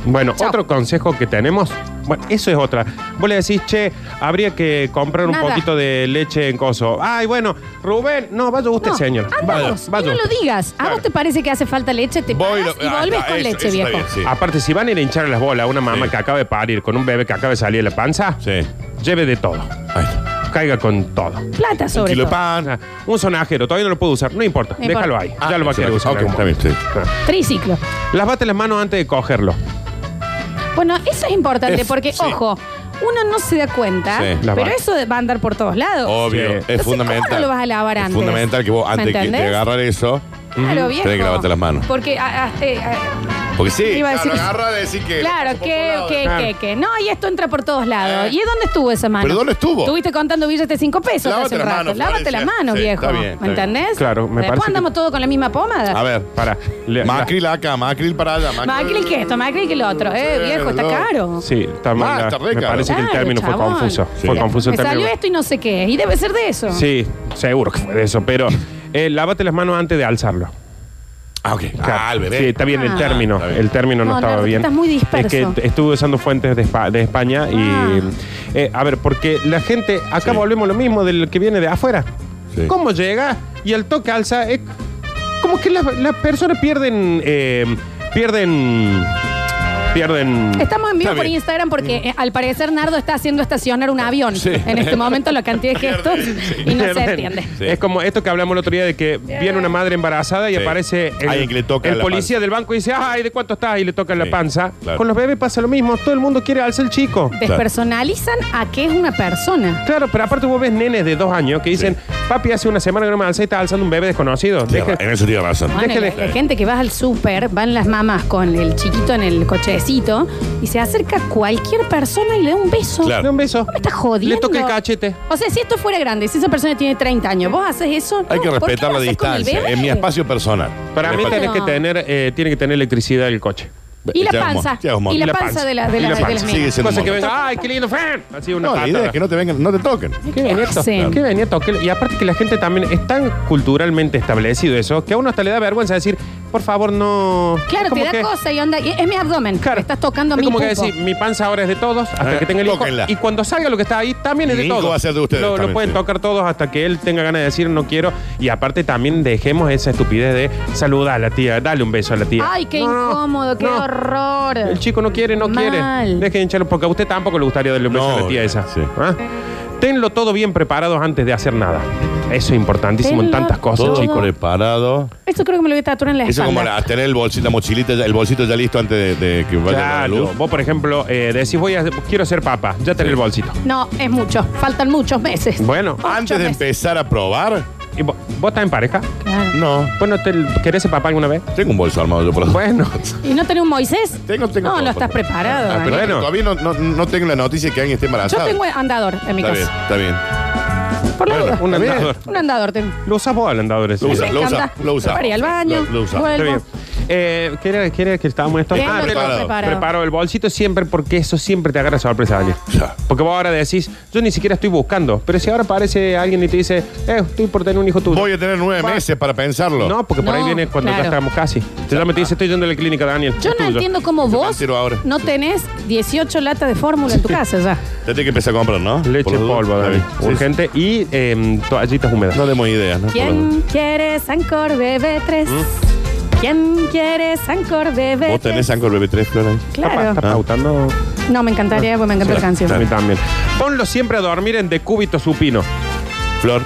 Speaker 4: Bueno,
Speaker 2: Chao.
Speaker 4: otro consejo que tenemos, bueno, eso es otra. Vos le decís, che, habría que comprar un
Speaker 2: Nada.
Speaker 4: poquito de leche en coso. Ay, bueno, Rubén, no, vaya usted,
Speaker 2: No,
Speaker 4: señor.
Speaker 2: anda
Speaker 4: Vaya,
Speaker 2: vos, y
Speaker 4: vaya
Speaker 2: no lo
Speaker 4: usted.
Speaker 2: digas. ¿A
Speaker 4: Claro.
Speaker 2: vos te parece que hace falta leche? Te
Speaker 3: Voy
Speaker 2: pagas
Speaker 3: lo-
Speaker 2: y
Speaker 3: ah,
Speaker 2: volvés
Speaker 3: está,
Speaker 2: con
Speaker 3: eso-
Speaker 2: leche,
Speaker 3: eso está
Speaker 2: viejo.
Speaker 3: bien,
Speaker 4: Aparte, si van a ir a hinchar las bolas a una mamá
Speaker 3: Sí.
Speaker 4: que acaba de parir con un bebé que acaba de salir de la panza,
Speaker 3: Sí. sí.
Speaker 4: lleve de todo.
Speaker 3: Ahí está.
Speaker 4: Caiga con todo.
Speaker 2: Plata
Speaker 3: Un
Speaker 2: sobre
Speaker 3: kilo
Speaker 2: todo.
Speaker 3: de pan.
Speaker 4: Ah, Un sonajero, todavía no lo puedo usar, no importa,
Speaker 2: No
Speaker 4: déjalo
Speaker 2: importa.
Speaker 4: ahí. ya lo va a querer usar.
Speaker 3: Ok,
Speaker 4: en algún
Speaker 3: está bien, Ah, sí.
Speaker 4: momento. Ah.
Speaker 2: Triciclo.
Speaker 4: Lavate las manos antes de cogerlo.
Speaker 2: Bueno, eso es importante
Speaker 3: Es-
Speaker 2: porque,
Speaker 3: sí.
Speaker 2: ojo, uno no se da cuenta,
Speaker 3: Sí.
Speaker 4: La
Speaker 2: pero
Speaker 4: va-
Speaker 2: eso va a andar por todos lados.
Speaker 3: Obvio,
Speaker 4: Sí.
Speaker 3: es
Speaker 4: Entonces,
Speaker 3: fundamental.
Speaker 2: ¿cómo no lo vas a lavar
Speaker 3: Es
Speaker 2: antes?
Speaker 3: fundamental que vos,
Speaker 2: ¿Me
Speaker 3: antes que, de
Speaker 2: entendés?
Speaker 3: agarrar eso,
Speaker 2: Claro, viejo.
Speaker 3: tenés que lavarte las manos.
Speaker 2: Porque a- a- eh, a-
Speaker 3: Porque sí,
Speaker 2: Iba a decir
Speaker 3: claro,
Speaker 2: que-
Speaker 3: agarra de decir que.
Speaker 2: claro, que, que,
Speaker 4: Claro.
Speaker 2: que, que. No, y esto entra por todos lados.
Speaker 3: Eh.
Speaker 2: ¿Y dónde estuvo esa mano?
Speaker 3: ¿Pero dónde estuvo?
Speaker 2: Estuviste contando billetes de 5 pesos
Speaker 3: Lávate
Speaker 2: hace un
Speaker 3: las
Speaker 2: rato.
Speaker 3: manos,
Speaker 2: Lávate
Speaker 3: Florencia.
Speaker 2: las manos,
Speaker 3: Sí,
Speaker 2: viejo.
Speaker 3: está bien, está
Speaker 2: ¿Me
Speaker 3: bien.
Speaker 2: entendés?
Speaker 4: Claro, me
Speaker 2: Después
Speaker 4: parece que-
Speaker 2: andamos todos con la misma pomada.
Speaker 3: A ver,
Speaker 4: Para. le-
Speaker 3: Macril acá, Macril para allá.
Speaker 2: Macri que esto, Macri que lo otro. Eh,
Speaker 3: Sí,
Speaker 2: viejo, está
Speaker 3: no.
Speaker 4: la-
Speaker 2: caro.
Speaker 4: Sí, está mal.
Speaker 3: Ah,
Speaker 4: la-
Speaker 3: está re
Speaker 4: me
Speaker 3: caro.
Speaker 4: parece que el
Speaker 2: Claro,
Speaker 4: término fue
Speaker 2: chabón.
Speaker 4: confuso.
Speaker 3: Sí.
Speaker 4: Fue confuso
Speaker 2: Me
Speaker 4: el término.
Speaker 2: salió esto y no sé qué. Y debe ser de eso.
Speaker 4: Sí, seguro que fue de eso, pero eh, lávate las manos antes de alzarlo.
Speaker 3: Ah, ok. Ah, el bebé.
Speaker 4: Sí, está bien el
Speaker 2: Ah.
Speaker 4: término.
Speaker 3: Está bien.
Speaker 4: El término no,
Speaker 2: No,
Speaker 4: estaba
Speaker 2: Nardo,
Speaker 4: bien.
Speaker 2: estás muy disperso.
Speaker 4: Es que t- estuve usando fuentes de, Espa- de España y.
Speaker 2: Ah.
Speaker 4: eh, a ver, porque la gente. Acá
Speaker 3: Sí.
Speaker 4: volvemos a lo mismo del que viene de afuera.
Speaker 3: Sí.
Speaker 4: ¿Cómo llega? Y al toque alza. eh, como que las las personas pierden. eh, pierden. Pierden.
Speaker 2: Estamos en vivo
Speaker 3: Está
Speaker 2: por
Speaker 3: bien.
Speaker 2: Instagram porque eh, al parecer Nardo está haciendo estacionar un avión.
Speaker 3: Sí.
Speaker 2: En este momento la cantidad de gestos y no se
Speaker 4: pierden.
Speaker 2: entiende.
Speaker 3: Sí.
Speaker 4: Es como esto que hablamos el otro día de que viene una madre embarazada y
Speaker 3: Sí.
Speaker 4: aparece el,
Speaker 3: Alguien que le toca
Speaker 4: el
Speaker 3: la
Speaker 4: policía
Speaker 3: panza.
Speaker 4: del banco y dice, ay, ¿de cuánto estás? Y le toca la
Speaker 3: Sí,
Speaker 4: panza.
Speaker 3: claro.
Speaker 4: Con los bebés pasa lo mismo, todo el mundo quiere alzar el chico.
Speaker 2: Despersonalizan a qué es una persona.
Speaker 4: Claro, pero aparte vos ves nenes de dos años que dicen, papi, hace una semana que no me alzé y estás alzando un bebé desconocido.
Speaker 3: Tiene
Speaker 4: Deja-
Speaker 3: ra- En eso tiene razón.
Speaker 2: Bueno,
Speaker 4: Déjale.
Speaker 2: la- la gente que va al súper, van las mamás con el chiquito en el cochecito y se acerca a cualquier persona y le da un beso.
Speaker 3: Claro.
Speaker 4: Dale un beso.
Speaker 2: No me estás jodiendo.
Speaker 4: Le toca el cachete.
Speaker 2: O sea, si esto fuera grande, si esa persona tiene 30 años, vos haces eso.
Speaker 3: Hay
Speaker 2: No,
Speaker 3: que
Speaker 2: ¿por qué
Speaker 3: respetar
Speaker 2: lo
Speaker 3: la
Speaker 2: haces con el
Speaker 3: distancia.
Speaker 2: bebé?
Speaker 3: En mi espacio personal.
Speaker 4: Para
Speaker 3: Me
Speaker 4: mí
Speaker 3: parece-
Speaker 4: tenés que tener, eh, tiene que tener electricidad el coche.
Speaker 2: Y la
Speaker 3: Te hago un
Speaker 2: panza.
Speaker 3: montón, te hago un montón.
Speaker 2: Y la panza de la- de
Speaker 4: Y
Speaker 2: la- de
Speaker 4: panza.
Speaker 2: las
Speaker 3: Sigue
Speaker 2: minas.
Speaker 3: siendo un
Speaker 4: Cosa que
Speaker 3: montón.
Speaker 4: venga, ay, qué lindo, Fran. Así una
Speaker 3: No, la idea
Speaker 4: patada.
Speaker 3: es que no te vengan, no te toquen.
Speaker 4: Qué bien esto.
Speaker 2: hacen?
Speaker 4: Qué bien esto. Qué- Y aparte que la gente también es tan culturalmente establecido eso que a uno hasta le da vergüenza decir, por favor, no. Es
Speaker 2: Claro,
Speaker 4: como
Speaker 2: te da
Speaker 4: que-
Speaker 2: cosa y onda. y es mi abdomen.
Speaker 4: Claro.
Speaker 2: Me estás tocando
Speaker 4: es
Speaker 2: mi
Speaker 4: como que
Speaker 2: pupo.
Speaker 4: decir, mi panza ahora es de todos hasta
Speaker 3: Eh,
Speaker 4: que tenga el hijo.
Speaker 3: tóquenla.
Speaker 4: Y cuando salga lo que está ahí, también es
Speaker 3: Mi
Speaker 4: de
Speaker 3: hijo
Speaker 4: todos.
Speaker 3: va a ser de ustedes
Speaker 4: Lo, lo
Speaker 3: también,
Speaker 4: pueden
Speaker 3: sí.
Speaker 4: tocar todos hasta que él tenga ganas de decir no quiero. Y aparte también dejemos esa estupidez de saludar a la tía, dale un beso a la tía.
Speaker 2: Ay, qué
Speaker 4: No, no,
Speaker 2: incómodo, qué
Speaker 4: no.
Speaker 2: horror.
Speaker 4: El chico no quiere, no
Speaker 2: Mal.
Speaker 4: quiere. Deje de hincharlo, porque a usted tampoco le gustaría darle un beso
Speaker 3: No,
Speaker 4: a la tía esa.
Speaker 3: sí.
Speaker 4: ¿Ah? Tenlo todo bien preparado antes de hacer nada. Eso es importantísimo en
Speaker 2: Tenlo
Speaker 4: tantas cosas,
Speaker 3: Todo
Speaker 4: chicos.
Speaker 3: preparado.
Speaker 2: Esto creo que me lo voy a tatuar en la
Speaker 3: Eso es como
Speaker 2: espalda.
Speaker 3: la, tener el bolsito, la mochilita, ya- el bolsito ya listo antes de, de que vaya la
Speaker 4: Claro.
Speaker 3: luz.
Speaker 4: Vos, por ejemplo, eh, decís, voy a, quiero ser papá. Ya
Speaker 3: Sí.
Speaker 4: tenés el bolsito.
Speaker 2: No, es mucho. Faltan muchos meses.
Speaker 4: Bueno,
Speaker 3: Antes de
Speaker 2: meses.
Speaker 3: empezar a probar,
Speaker 4: ¿y vos, vos estás en pareja?
Speaker 2: Claro.
Speaker 3: no.
Speaker 4: Bueno, ¿te, ¿querés ser papá alguna vez?
Speaker 3: Tengo un bolso armado yo por las-
Speaker 4: Bueno.
Speaker 2: ¿Y no tenés un Moisés?
Speaker 3: Tengo, tengo
Speaker 2: no,
Speaker 3: todo,
Speaker 2: no estás
Speaker 3: por-
Speaker 2: preparado.
Speaker 3: Ah, pero
Speaker 2: Daniel.
Speaker 4: bueno.
Speaker 3: Todavía no, no, no tengo la noticia que alguien esté
Speaker 2: Yo
Speaker 3: embarazado.
Speaker 2: tengo andador en mi
Speaker 3: Está bien,
Speaker 2: casa.
Speaker 3: está bien.
Speaker 2: Por la
Speaker 3: Bueno,
Speaker 2: duda.
Speaker 4: Un
Speaker 3: Está bien.
Speaker 4: andador.
Speaker 2: Un andador tengo.
Speaker 4: Lo usás vos al andador ese.
Speaker 3: Lo usa,
Speaker 2: Me
Speaker 3: lo usa,
Speaker 2: encanta.
Speaker 3: lo usa.
Speaker 2: Para ir al baño,
Speaker 3: Lo, lo usa.
Speaker 2: vuelvo.
Speaker 4: Está bien. Eh, ¿qué, era, qué era que estábamos en esto?
Speaker 2: Tenlo todo
Speaker 4: preparo-
Speaker 2: preparado.
Speaker 4: preparo el bolsito siempre porque eso siempre te agarra sorpresa, Daniel.
Speaker 3: Ya.
Speaker 4: Porque vos ahora decís, yo ni siquiera estoy buscando, pero si ahora aparece alguien y te dice, eh, estoy por tener un hijo tuyo.
Speaker 3: Voy a tener nueve
Speaker 4: Va.
Speaker 3: meses para pensarlo.
Speaker 4: No, porque por ahí
Speaker 2: No,
Speaker 4: viene cuando
Speaker 2: claro.
Speaker 4: ya estamos casi. Te llama y te dice, estoy yendo a la clínica, Daniel.
Speaker 2: Yo
Speaker 4: es
Speaker 2: no
Speaker 4: tuyo.
Speaker 2: entiendo cómo
Speaker 3: Yo
Speaker 2: vos
Speaker 3: prefiero ahora.
Speaker 2: no tenés 18 latas de fórmula en tu casa ya.
Speaker 3: Ya tengo que empezar a comprar, ¿no?
Speaker 4: Leche
Speaker 3: Por
Speaker 4: en
Speaker 3: las
Speaker 4: polvo,
Speaker 3: dudas.
Speaker 4: Dani.
Speaker 3: Está bien. Sí,
Speaker 4: Urgente. Y eh, toallitas húmedas.
Speaker 3: sí. No demos ideas, ¿no? Por las
Speaker 2: ¿Quién quiere Sancor BB3? ¿Quién quiere Sancor
Speaker 3: dudas.
Speaker 2: BB3?
Speaker 3: ¿Mm? ¿Vos tenés Ancor Bebé 3, Flora? ahí?
Speaker 4: Papá,
Speaker 2: Claro.
Speaker 4: ¿Está pautando?
Speaker 2: No, me encantaría, porque me encanta la canción.
Speaker 4: A mí también. Ponlo siempre a dormir en decúbito supino.
Speaker 3: Flor,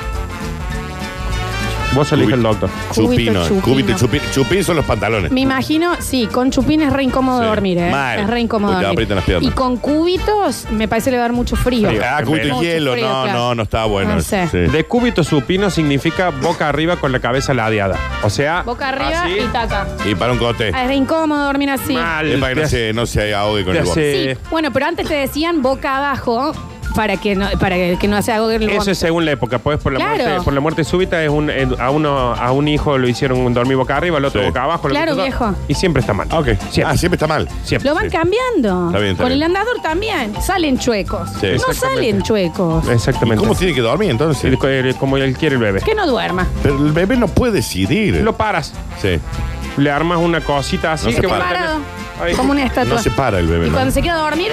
Speaker 4: Vos
Speaker 3: Uy.
Speaker 4: elige el doctor.
Speaker 2: Cubito,
Speaker 3: Chupino.
Speaker 2: chupino.
Speaker 3: Cubito, chupín. Chupín son los pantalones.
Speaker 2: Me imagino, sí, con chupín es re incómodo
Speaker 3: Sí,
Speaker 2: dormir, ¿eh?
Speaker 3: mal.
Speaker 2: Es re incómodo
Speaker 3: Porque te
Speaker 2: dormir.
Speaker 3: aprietan las piernas.
Speaker 2: Y con cubitos me parece le va a dar mucho frío.
Speaker 4: Frío.
Speaker 3: Ah, cubito
Speaker 2: Mucho
Speaker 3: y hielo.
Speaker 2: frío,
Speaker 3: No,
Speaker 2: claro.
Speaker 3: no, no está bueno.
Speaker 2: No sé.
Speaker 3: Sí.
Speaker 4: Decúbito supino significa boca arriba con la cabeza ladeada. O sea.
Speaker 2: Boca arriba
Speaker 4: así.
Speaker 2: y taca.
Speaker 3: Y para un cote.
Speaker 2: Ah, es re incómodo dormir así.
Speaker 4: ¿Ah, Mal.
Speaker 3: Es para que
Speaker 4: Te
Speaker 3: no
Speaker 4: hace-
Speaker 3: se, no se ahogue con
Speaker 4: te
Speaker 3: el
Speaker 4: hace-
Speaker 3: bote.
Speaker 2: Sí.
Speaker 4: Eh.
Speaker 2: Bueno, pero antes te decían boca abajo. para que no, para que no se haga el
Speaker 4: Eso
Speaker 2: vómito.
Speaker 4: es según la época, pues por la
Speaker 2: Claro.
Speaker 4: muerte, por la muerte súbita es un, eh, a uno a un hijo lo hicieron dormir boca arriba, al otro
Speaker 3: Sí.
Speaker 4: boca abajo, lo
Speaker 2: Claro,
Speaker 4: otro-
Speaker 2: viejo.
Speaker 4: Y siempre está mal.
Speaker 3: Ah, ok.
Speaker 4: Siempre.
Speaker 3: Ah, siempre está mal.
Speaker 4: siempre.
Speaker 2: Lo van
Speaker 3: Sí.
Speaker 2: cambiando.
Speaker 3: Está bien, está
Speaker 2: Con el
Speaker 3: bien.
Speaker 2: andador también. Salen chuecos.
Speaker 3: Sí, Eh.
Speaker 2: no
Speaker 4: exactamente.
Speaker 2: salen chuecos.
Speaker 4: Exactamente.
Speaker 3: ¿Cómo tiene que dormir entonces?
Speaker 4: El- el- como él quiere el bebé.
Speaker 2: Que no duerma.
Speaker 3: Pero el bebé no puede decidir.
Speaker 4: Lo paras,
Speaker 3: Sí.
Speaker 4: le armas una cosita así
Speaker 3: No se
Speaker 4: que va a
Speaker 2: para.
Speaker 4: tener- Ahí.
Speaker 2: Como una estatua.
Speaker 3: No se para el
Speaker 2: y
Speaker 3: bebé. ¿no?
Speaker 2: cuando se queda a dormir,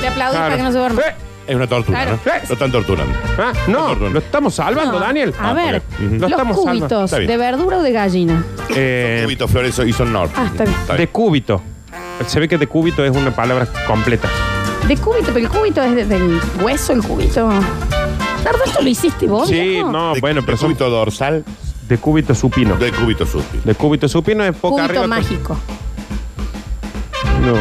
Speaker 2: le aplaudís
Speaker 4: Claro.
Speaker 2: para que no se duerma.
Speaker 4: Eh,
Speaker 3: Es una tortura,
Speaker 2: Claro.
Speaker 3: ¿no?
Speaker 4: Eh.
Speaker 3: Lo están torturando.
Speaker 4: ah, No, lo estamos salvando,
Speaker 2: No.
Speaker 4: Daniel.
Speaker 2: A
Speaker 3: Ah,
Speaker 2: ver,
Speaker 3: porque- Ujú.
Speaker 4: Lo
Speaker 2: los
Speaker 4: estamos salvando.
Speaker 2: cúbitos
Speaker 3: Está bien.
Speaker 2: de verdura o de gallina.
Speaker 4: Eh,
Speaker 3: Cubito, Flores y son norte.
Speaker 2: Ah, está bien.
Speaker 4: de cúbito. Se ve que de cúbito es una palabra completa.
Speaker 2: De cúbito, pero el cúbito es de- del hueso, el cúbito. Nardo, esto lo hiciste vos.
Speaker 4: Sí,
Speaker 2: Oh, viejo?
Speaker 4: no,
Speaker 3: De-
Speaker 4: bueno, pero
Speaker 3: de
Speaker 4: son
Speaker 3: cúbito dorsal,
Speaker 4: de cúbito supino.
Speaker 3: de cúbito sutil.
Speaker 4: De cúbito supino es poca
Speaker 2: Cúbito
Speaker 4: arriba. pues.
Speaker 2: mágico.
Speaker 4: No, no,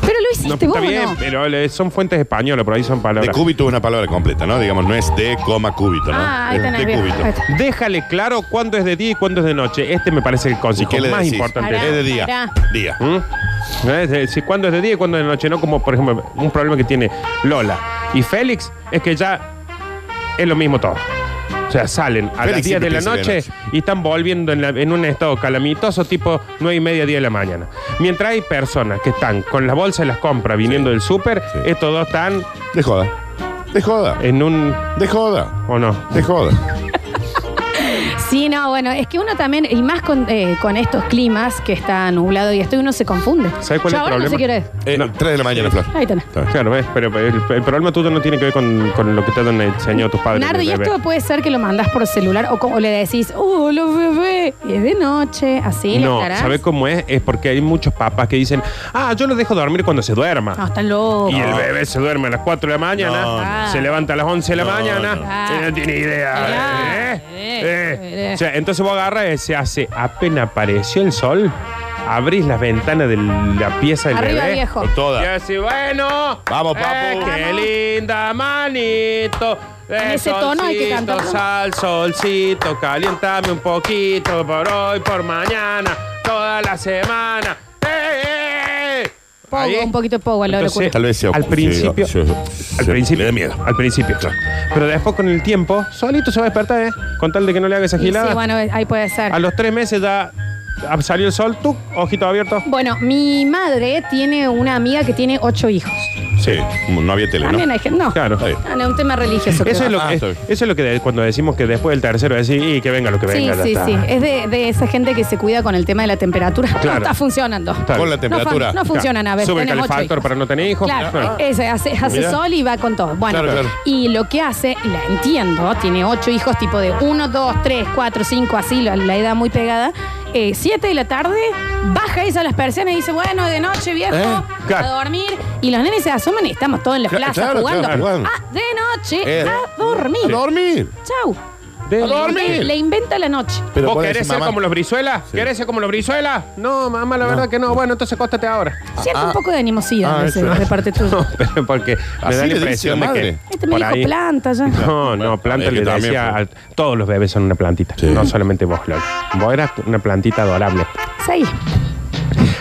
Speaker 2: Pero lo hiciste
Speaker 4: está
Speaker 2: vos, ¿o
Speaker 4: bien,
Speaker 2: no?
Speaker 4: pero eh, son fuentes españolas, por ahí son
Speaker 3: De
Speaker 4: palabras.
Speaker 3: cúbito es una palabra completa, ¿no? Digamos, no es de coma cúbito, ¿no?
Speaker 2: Ah, ahí
Speaker 3: es
Speaker 2: tenés
Speaker 3: de
Speaker 2: bien. Ahí
Speaker 3: cúbito.
Speaker 2: está.
Speaker 4: Déjale claro cuándo es de día y cuándo es de noche. Este me parece el
Speaker 3: ¿Y
Speaker 4: consejo
Speaker 3: qué le
Speaker 4: más
Speaker 3: decís?
Speaker 4: importante.
Speaker 2: Pará.
Speaker 3: Es de día.
Speaker 2: pará.
Speaker 3: Día.
Speaker 4: ¿Mm? Es decir, cuándo es de día y cuándo es de noche, no como por ejemplo un problema que tiene Lola y Félix es que ya es lo mismo todo. O sea, salen a
Speaker 3: Félix
Speaker 4: las 10 de
Speaker 3: siempre
Speaker 4: la
Speaker 3: piensa en la
Speaker 4: noche, y están volviendo en, la- en un estado calamitoso, tipo 9 y media, 10 de la mañana. Mientras hay personas que están con las bolsas de las compras viniendo del súper,
Speaker 3: sí.
Speaker 4: estos dos están
Speaker 3: De joda. De joda.
Speaker 4: en un.
Speaker 3: De joda.
Speaker 4: ¿O no?
Speaker 3: De joda.
Speaker 2: Sí, no, bueno, es que uno también, y más con, eh, con estos climas que está nublado y esto, uno se confunde.
Speaker 4: ¿Sabes cuál
Speaker 2: Yo
Speaker 4: es el
Speaker 2: ahora no sé qué hora
Speaker 4: problema?
Speaker 2: es.
Speaker 3: Eh,
Speaker 4: No.
Speaker 3: 3 de la mañana, Flor.
Speaker 2: Ahí tenés.
Speaker 3: Está bien.
Speaker 4: Claro, ¿ves? Pero el, el problema tuyo no tiene que ver con, con lo que te han enseñado tus padres.
Speaker 2: Nardo,
Speaker 4: de
Speaker 2: y
Speaker 4: bebé.
Speaker 2: esto puede ser que lo mandás por celular o, co- o le decís, oh, los bebé, y es de noche, así
Speaker 4: No,
Speaker 2: le estarás.
Speaker 4: ¿sabes cómo es? Es porque hay muchos papás que dicen, ah, yo lo dejo dormir cuando se duerma.
Speaker 2: No, están locos.
Speaker 4: Y el bebé se duerme a las 4 de la mañana,
Speaker 3: No,
Speaker 2: no.
Speaker 4: se levanta a las 11 de la
Speaker 3: No,
Speaker 4: mañana,
Speaker 3: no.
Speaker 4: y no, tiene idea.
Speaker 2: Claro.
Speaker 4: ¿eh?
Speaker 2: Eh,
Speaker 4: ¿eh?
Speaker 2: eh.
Speaker 4: O sea, entonces vos agarras y se hace, apenas apareció el sol, abrís las ventanas de la pieza del
Speaker 2: Arriba,
Speaker 4: bebé.
Speaker 2: viejo.
Speaker 3: Con
Speaker 4: Y
Speaker 3: toda.
Speaker 4: así, bueno,
Speaker 3: Vamos,
Speaker 4: eh,
Speaker 3: papu.
Speaker 4: qué
Speaker 2: Vamos.
Speaker 4: linda manito.
Speaker 2: En
Speaker 4: eh,
Speaker 2: ese tono hay que
Speaker 4: solcito,
Speaker 2: cantarlo.
Speaker 4: Sal, solcito, calientame un poquito por hoy, por mañana, toda la semana. ¡Eh, eh!
Speaker 2: Pogo,
Speaker 4: Ahí.
Speaker 2: un poquito de pogo a lo
Speaker 4: Entonces,
Speaker 2: locura.
Speaker 3: Tal vez sea
Speaker 4: Al principio.
Speaker 3: se-
Speaker 4: Al
Speaker 3: se-
Speaker 4: principio.
Speaker 3: Le da miedo.
Speaker 4: Al principio. Pero después con el tiempo, solito se va a despertar, ¿eh? Con tal de que no le hagas esa
Speaker 2: Y
Speaker 4: gilada.
Speaker 2: sí, bueno, ahí puede ser.
Speaker 4: A los tres meses ya ah, salió el sol, tú, ojito abierto.
Speaker 2: Bueno, mi madre tiene una amiga que tiene ocho hijos.
Speaker 3: Sí. No había tele,
Speaker 2: También
Speaker 3: ¿no?
Speaker 2: hay gente. No,
Speaker 4: Claro.
Speaker 3: Está bien.
Speaker 2: Ah, no, un tema religioso. creo.
Speaker 4: Eso es, lo
Speaker 3: Ah,
Speaker 4: que, es-
Speaker 3: está bien.
Speaker 4: eso es lo que de- cuando decimos que después del tercero decís, y que venga lo que
Speaker 2: Sí,
Speaker 4: venga. ya
Speaker 2: sí,
Speaker 4: está".
Speaker 2: sí. Es de, de esa gente que se cuida con el tema de la temperatura. No
Speaker 4: Claro.
Speaker 2: está funcionando.
Speaker 4: Está bien.
Speaker 3: Con la temperatura.
Speaker 2: No, fun- no funcionan a veces.
Speaker 4: Sube el
Speaker 2: tenés ocho
Speaker 4: calefactor
Speaker 2: hijos.
Speaker 4: para no tener hijos.
Speaker 2: Claro, eh, ese hace, hace
Speaker 3: Ah. Mirá.
Speaker 2: sol y va con todo. Bueno,
Speaker 3: Claro, claro.
Speaker 2: y lo que hace, y la entiendo, tiene ocho hijos tipo de uno, dos, tres, cuatro, cinco, así, la, la edad muy pegada. Eh, siete de la tarde, baja esa las persianas y dice, bueno, de noche, viejo,
Speaker 3: Eh,
Speaker 4: claro.
Speaker 2: a dormir. Y los nenes se asoman y estamos todos en la
Speaker 3: Claro,
Speaker 2: plaza
Speaker 3: claro,
Speaker 2: jugando.
Speaker 3: claro, jugando.
Speaker 2: Ah, de noche,
Speaker 3: Eh,
Speaker 2: a dormir.
Speaker 3: A dormir.
Speaker 2: Chau.
Speaker 4: De-
Speaker 3: A dormir.
Speaker 2: Le, le inventa la noche.
Speaker 3: Pero
Speaker 4: ¿Vos
Speaker 3: podés
Speaker 4: querés
Speaker 3: decir,
Speaker 4: ser
Speaker 3: mamá,
Speaker 4: como los brizuelas? ¿Querés ser como los brizuelas? No, mamá, la verdad que no. Bueno, entonces cóstate ahora.
Speaker 2: Siento
Speaker 3: Ah,
Speaker 2: un poco de animosidad
Speaker 3: ah,
Speaker 2: a veces,
Speaker 3: eso.
Speaker 2: de parte tuya.
Speaker 4: No, pero porque me
Speaker 3: Así
Speaker 4: da
Speaker 3: le
Speaker 4: la
Speaker 3: dice
Speaker 4: impresión
Speaker 3: la
Speaker 4: de que.
Speaker 3: madre.
Speaker 2: Este me dijo planta ya.
Speaker 4: No, no, planta
Speaker 3: es que
Speaker 4: le
Speaker 3: también
Speaker 4: decía
Speaker 3: fue.
Speaker 4: a- todos los bebés son una plantita,
Speaker 3: Sí.
Speaker 4: no solamente vos, Lola. Vos eras una plantita adorable.
Speaker 2: Seguí.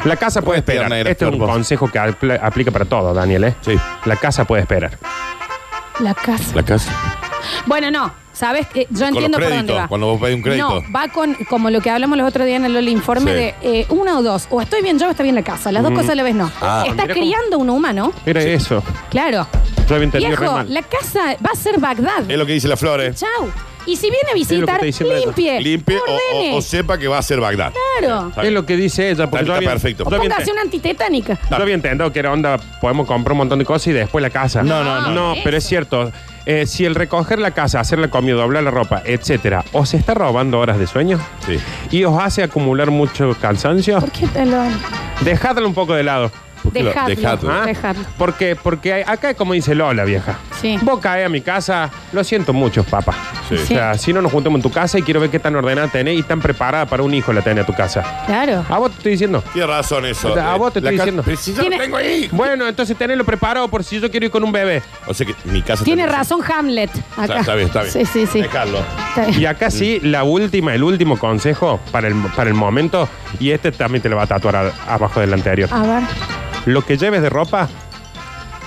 Speaker 4: La casa puede esperar.
Speaker 3: Pierna era
Speaker 4: Este es un
Speaker 3: flor, vos.
Speaker 4: consejo que apl- aplica para todo, Daniel, ¿eh?
Speaker 3: Sí.
Speaker 4: La casa puede esperar.
Speaker 2: La casa.
Speaker 3: La casa.
Speaker 2: Bueno, no, sabes, Eh, yo
Speaker 3: Con los
Speaker 2: entiendo por dónde
Speaker 3: créditos,
Speaker 2: va.
Speaker 3: cuando vos pedís un crédito.
Speaker 2: No, va con, como lo que hablamos los otros días en el Loli Informe,
Speaker 3: Sí.
Speaker 2: de eh, una o dos, o estoy bien yo o estoy bien la casa, las dos cosas a la vez no.
Speaker 3: Ah,
Speaker 2: Estás
Speaker 4: mira cómo-
Speaker 2: criando un humano,
Speaker 4: Era eso.
Speaker 2: claro.
Speaker 4: Yo había entendido re
Speaker 2: Viejo,
Speaker 4: mal.
Speaker 2: la casa va a ser Bagdad.
Speaker 3: Es lo que dice las flores.
Speaker 2: Chau. Y si viene a visitar,
Speaker 4: está diciendo eso.
Speaker 2: limpie.
Speaker 3: Limpie o- o,
Speaker 2: ordene.
Speaker 3: o sepa que va a ser Bagdad.
Speaker 2: Claro.
Speaker 3: Está
Speaker 4: Es
Speaker 3: bien.
Speaker 4: lo que dice ella, porque
Speaker 3: Está
Speaker 4: yo había,
Speaker 3: perfecto.
Speaker 4: yo había
Speaker 2: Póngase
Speaker 4: enten-
Speaker 2: una antitetánica.
Speaker 4: yo había entendido que era onda, podemos comprar un montón de cosas y después la casa.
Speaker 3: No, no, no.
Speaker 4: No, pero es cierto. eh, si el recoger la casa, hacer la comida, doblar la ropa, etcétera, os está robando horas de sueño
Speaker 3: Sí.
Speaker 4: y os hace acumular mucho cansancio,
Speaker 2: ¿Por qué te lo.?
Speaker 4: dejadlo un poco de lado.
Speaker 3: ¿Por qué lo-
Speaker 2: Dejadlo.
Speaker 3: dejadlo?
Speaker 4: ¿Ah?
Speaker 2: Dejadlo.
Speaker 4: Porque, porque hay- acá es como dice Lola, vieja.
Speaker 2: Sí.
Speaker 4: Vos caes a mi casa, lo siento mucho, papá.
Speaker 3: Sí.
Speaker 4: O sea, si no nos juntamos en tu casa y quiero ver qué tan ordenada tenés y tan preparada para un hijo la tenés a tu casa.
Speaker 2: Claro.
Speaker 3: Ah,
Speaker 4: A vos te estoy diciendo.
Speaker 3: Tienes razón
Speaker 4: O
Speaker 3: eso.
Speaker 4: sea, a
Speaker 3: Eh,
Speaker 4: vos te
Speaker 3: la
Speaker 4: estoy
Speaker 3: ca-
Speaker 4: diciendo.
Speaker 3: Pero si yo lo
Speaker 2: Tiene-
Speaker 3: tengo ahí.
Speaker 4: Bueno, entonces tenelo preparado por si yo quiero ir con un bebé.
Speaker 3: O sea que mi casa.
Speaker 2: Tiene
Speaker 3: también-
Speaker 2: razón Hamlet acá.
Speaker 3: Está, está bien, está bien.
Speaker 2: Sí, sí, sí.
Speaker 3: Dejadlo.
Speaker 2: Está bien.
Speaker 4: Y acá sí, la última, el último consejo para el, para el momento, y este también te lo va a tatuar a-
Speaker 2: Ah.
Speaker 4: abajo del anterior.
Speaker 2: A ver.
Speaker 4: Lo que lleves de ropa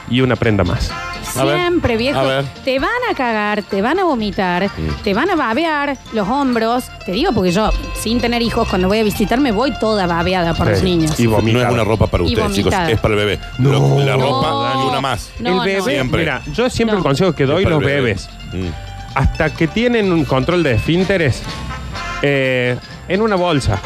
Speaker 4: y una prenda más.
Speaker 3: A ver,
Speaker 2: Siempre, viejo.
Speaker 3: a ver.
Speaker 2: Te van a cagar, te van a vomitar, te van a babear los hombros. Te digo porque yo, sin tener hijos, cuando voy a visitar me voy toda babeada por
Speaker 4: Sí.
Speaker 2: los niños.
Speaker 4: Y
Speaker 3: No
Speaker 4: vomitada.
Speaker 3: es una ropa para
Speaker 2: Y
Speaker 3: ustedes, chicos.
Speaker 2: vomitada.
Speaker 3: Es para el bebé.
Speaker 4: No.
Speaker 3: Lo- La
Speaker 2: No,
Speaker 3: ropa y una más.
Speaker 2: No, no.
Speaker 4: el bebé,
Speaker 3: Siempre.
Speaker 4: mira, yo siempre
Speaker 2: No.
Speaker 4: el consejo que doy
Speaker 3: Es para
Speaker 4: los
Speaker 3: el bebé.
Speaker 4: bebés,
Speaker 3: Mm.
Speaker 4: hasta que tienen un control de esfínteres, eh, en una bolsa,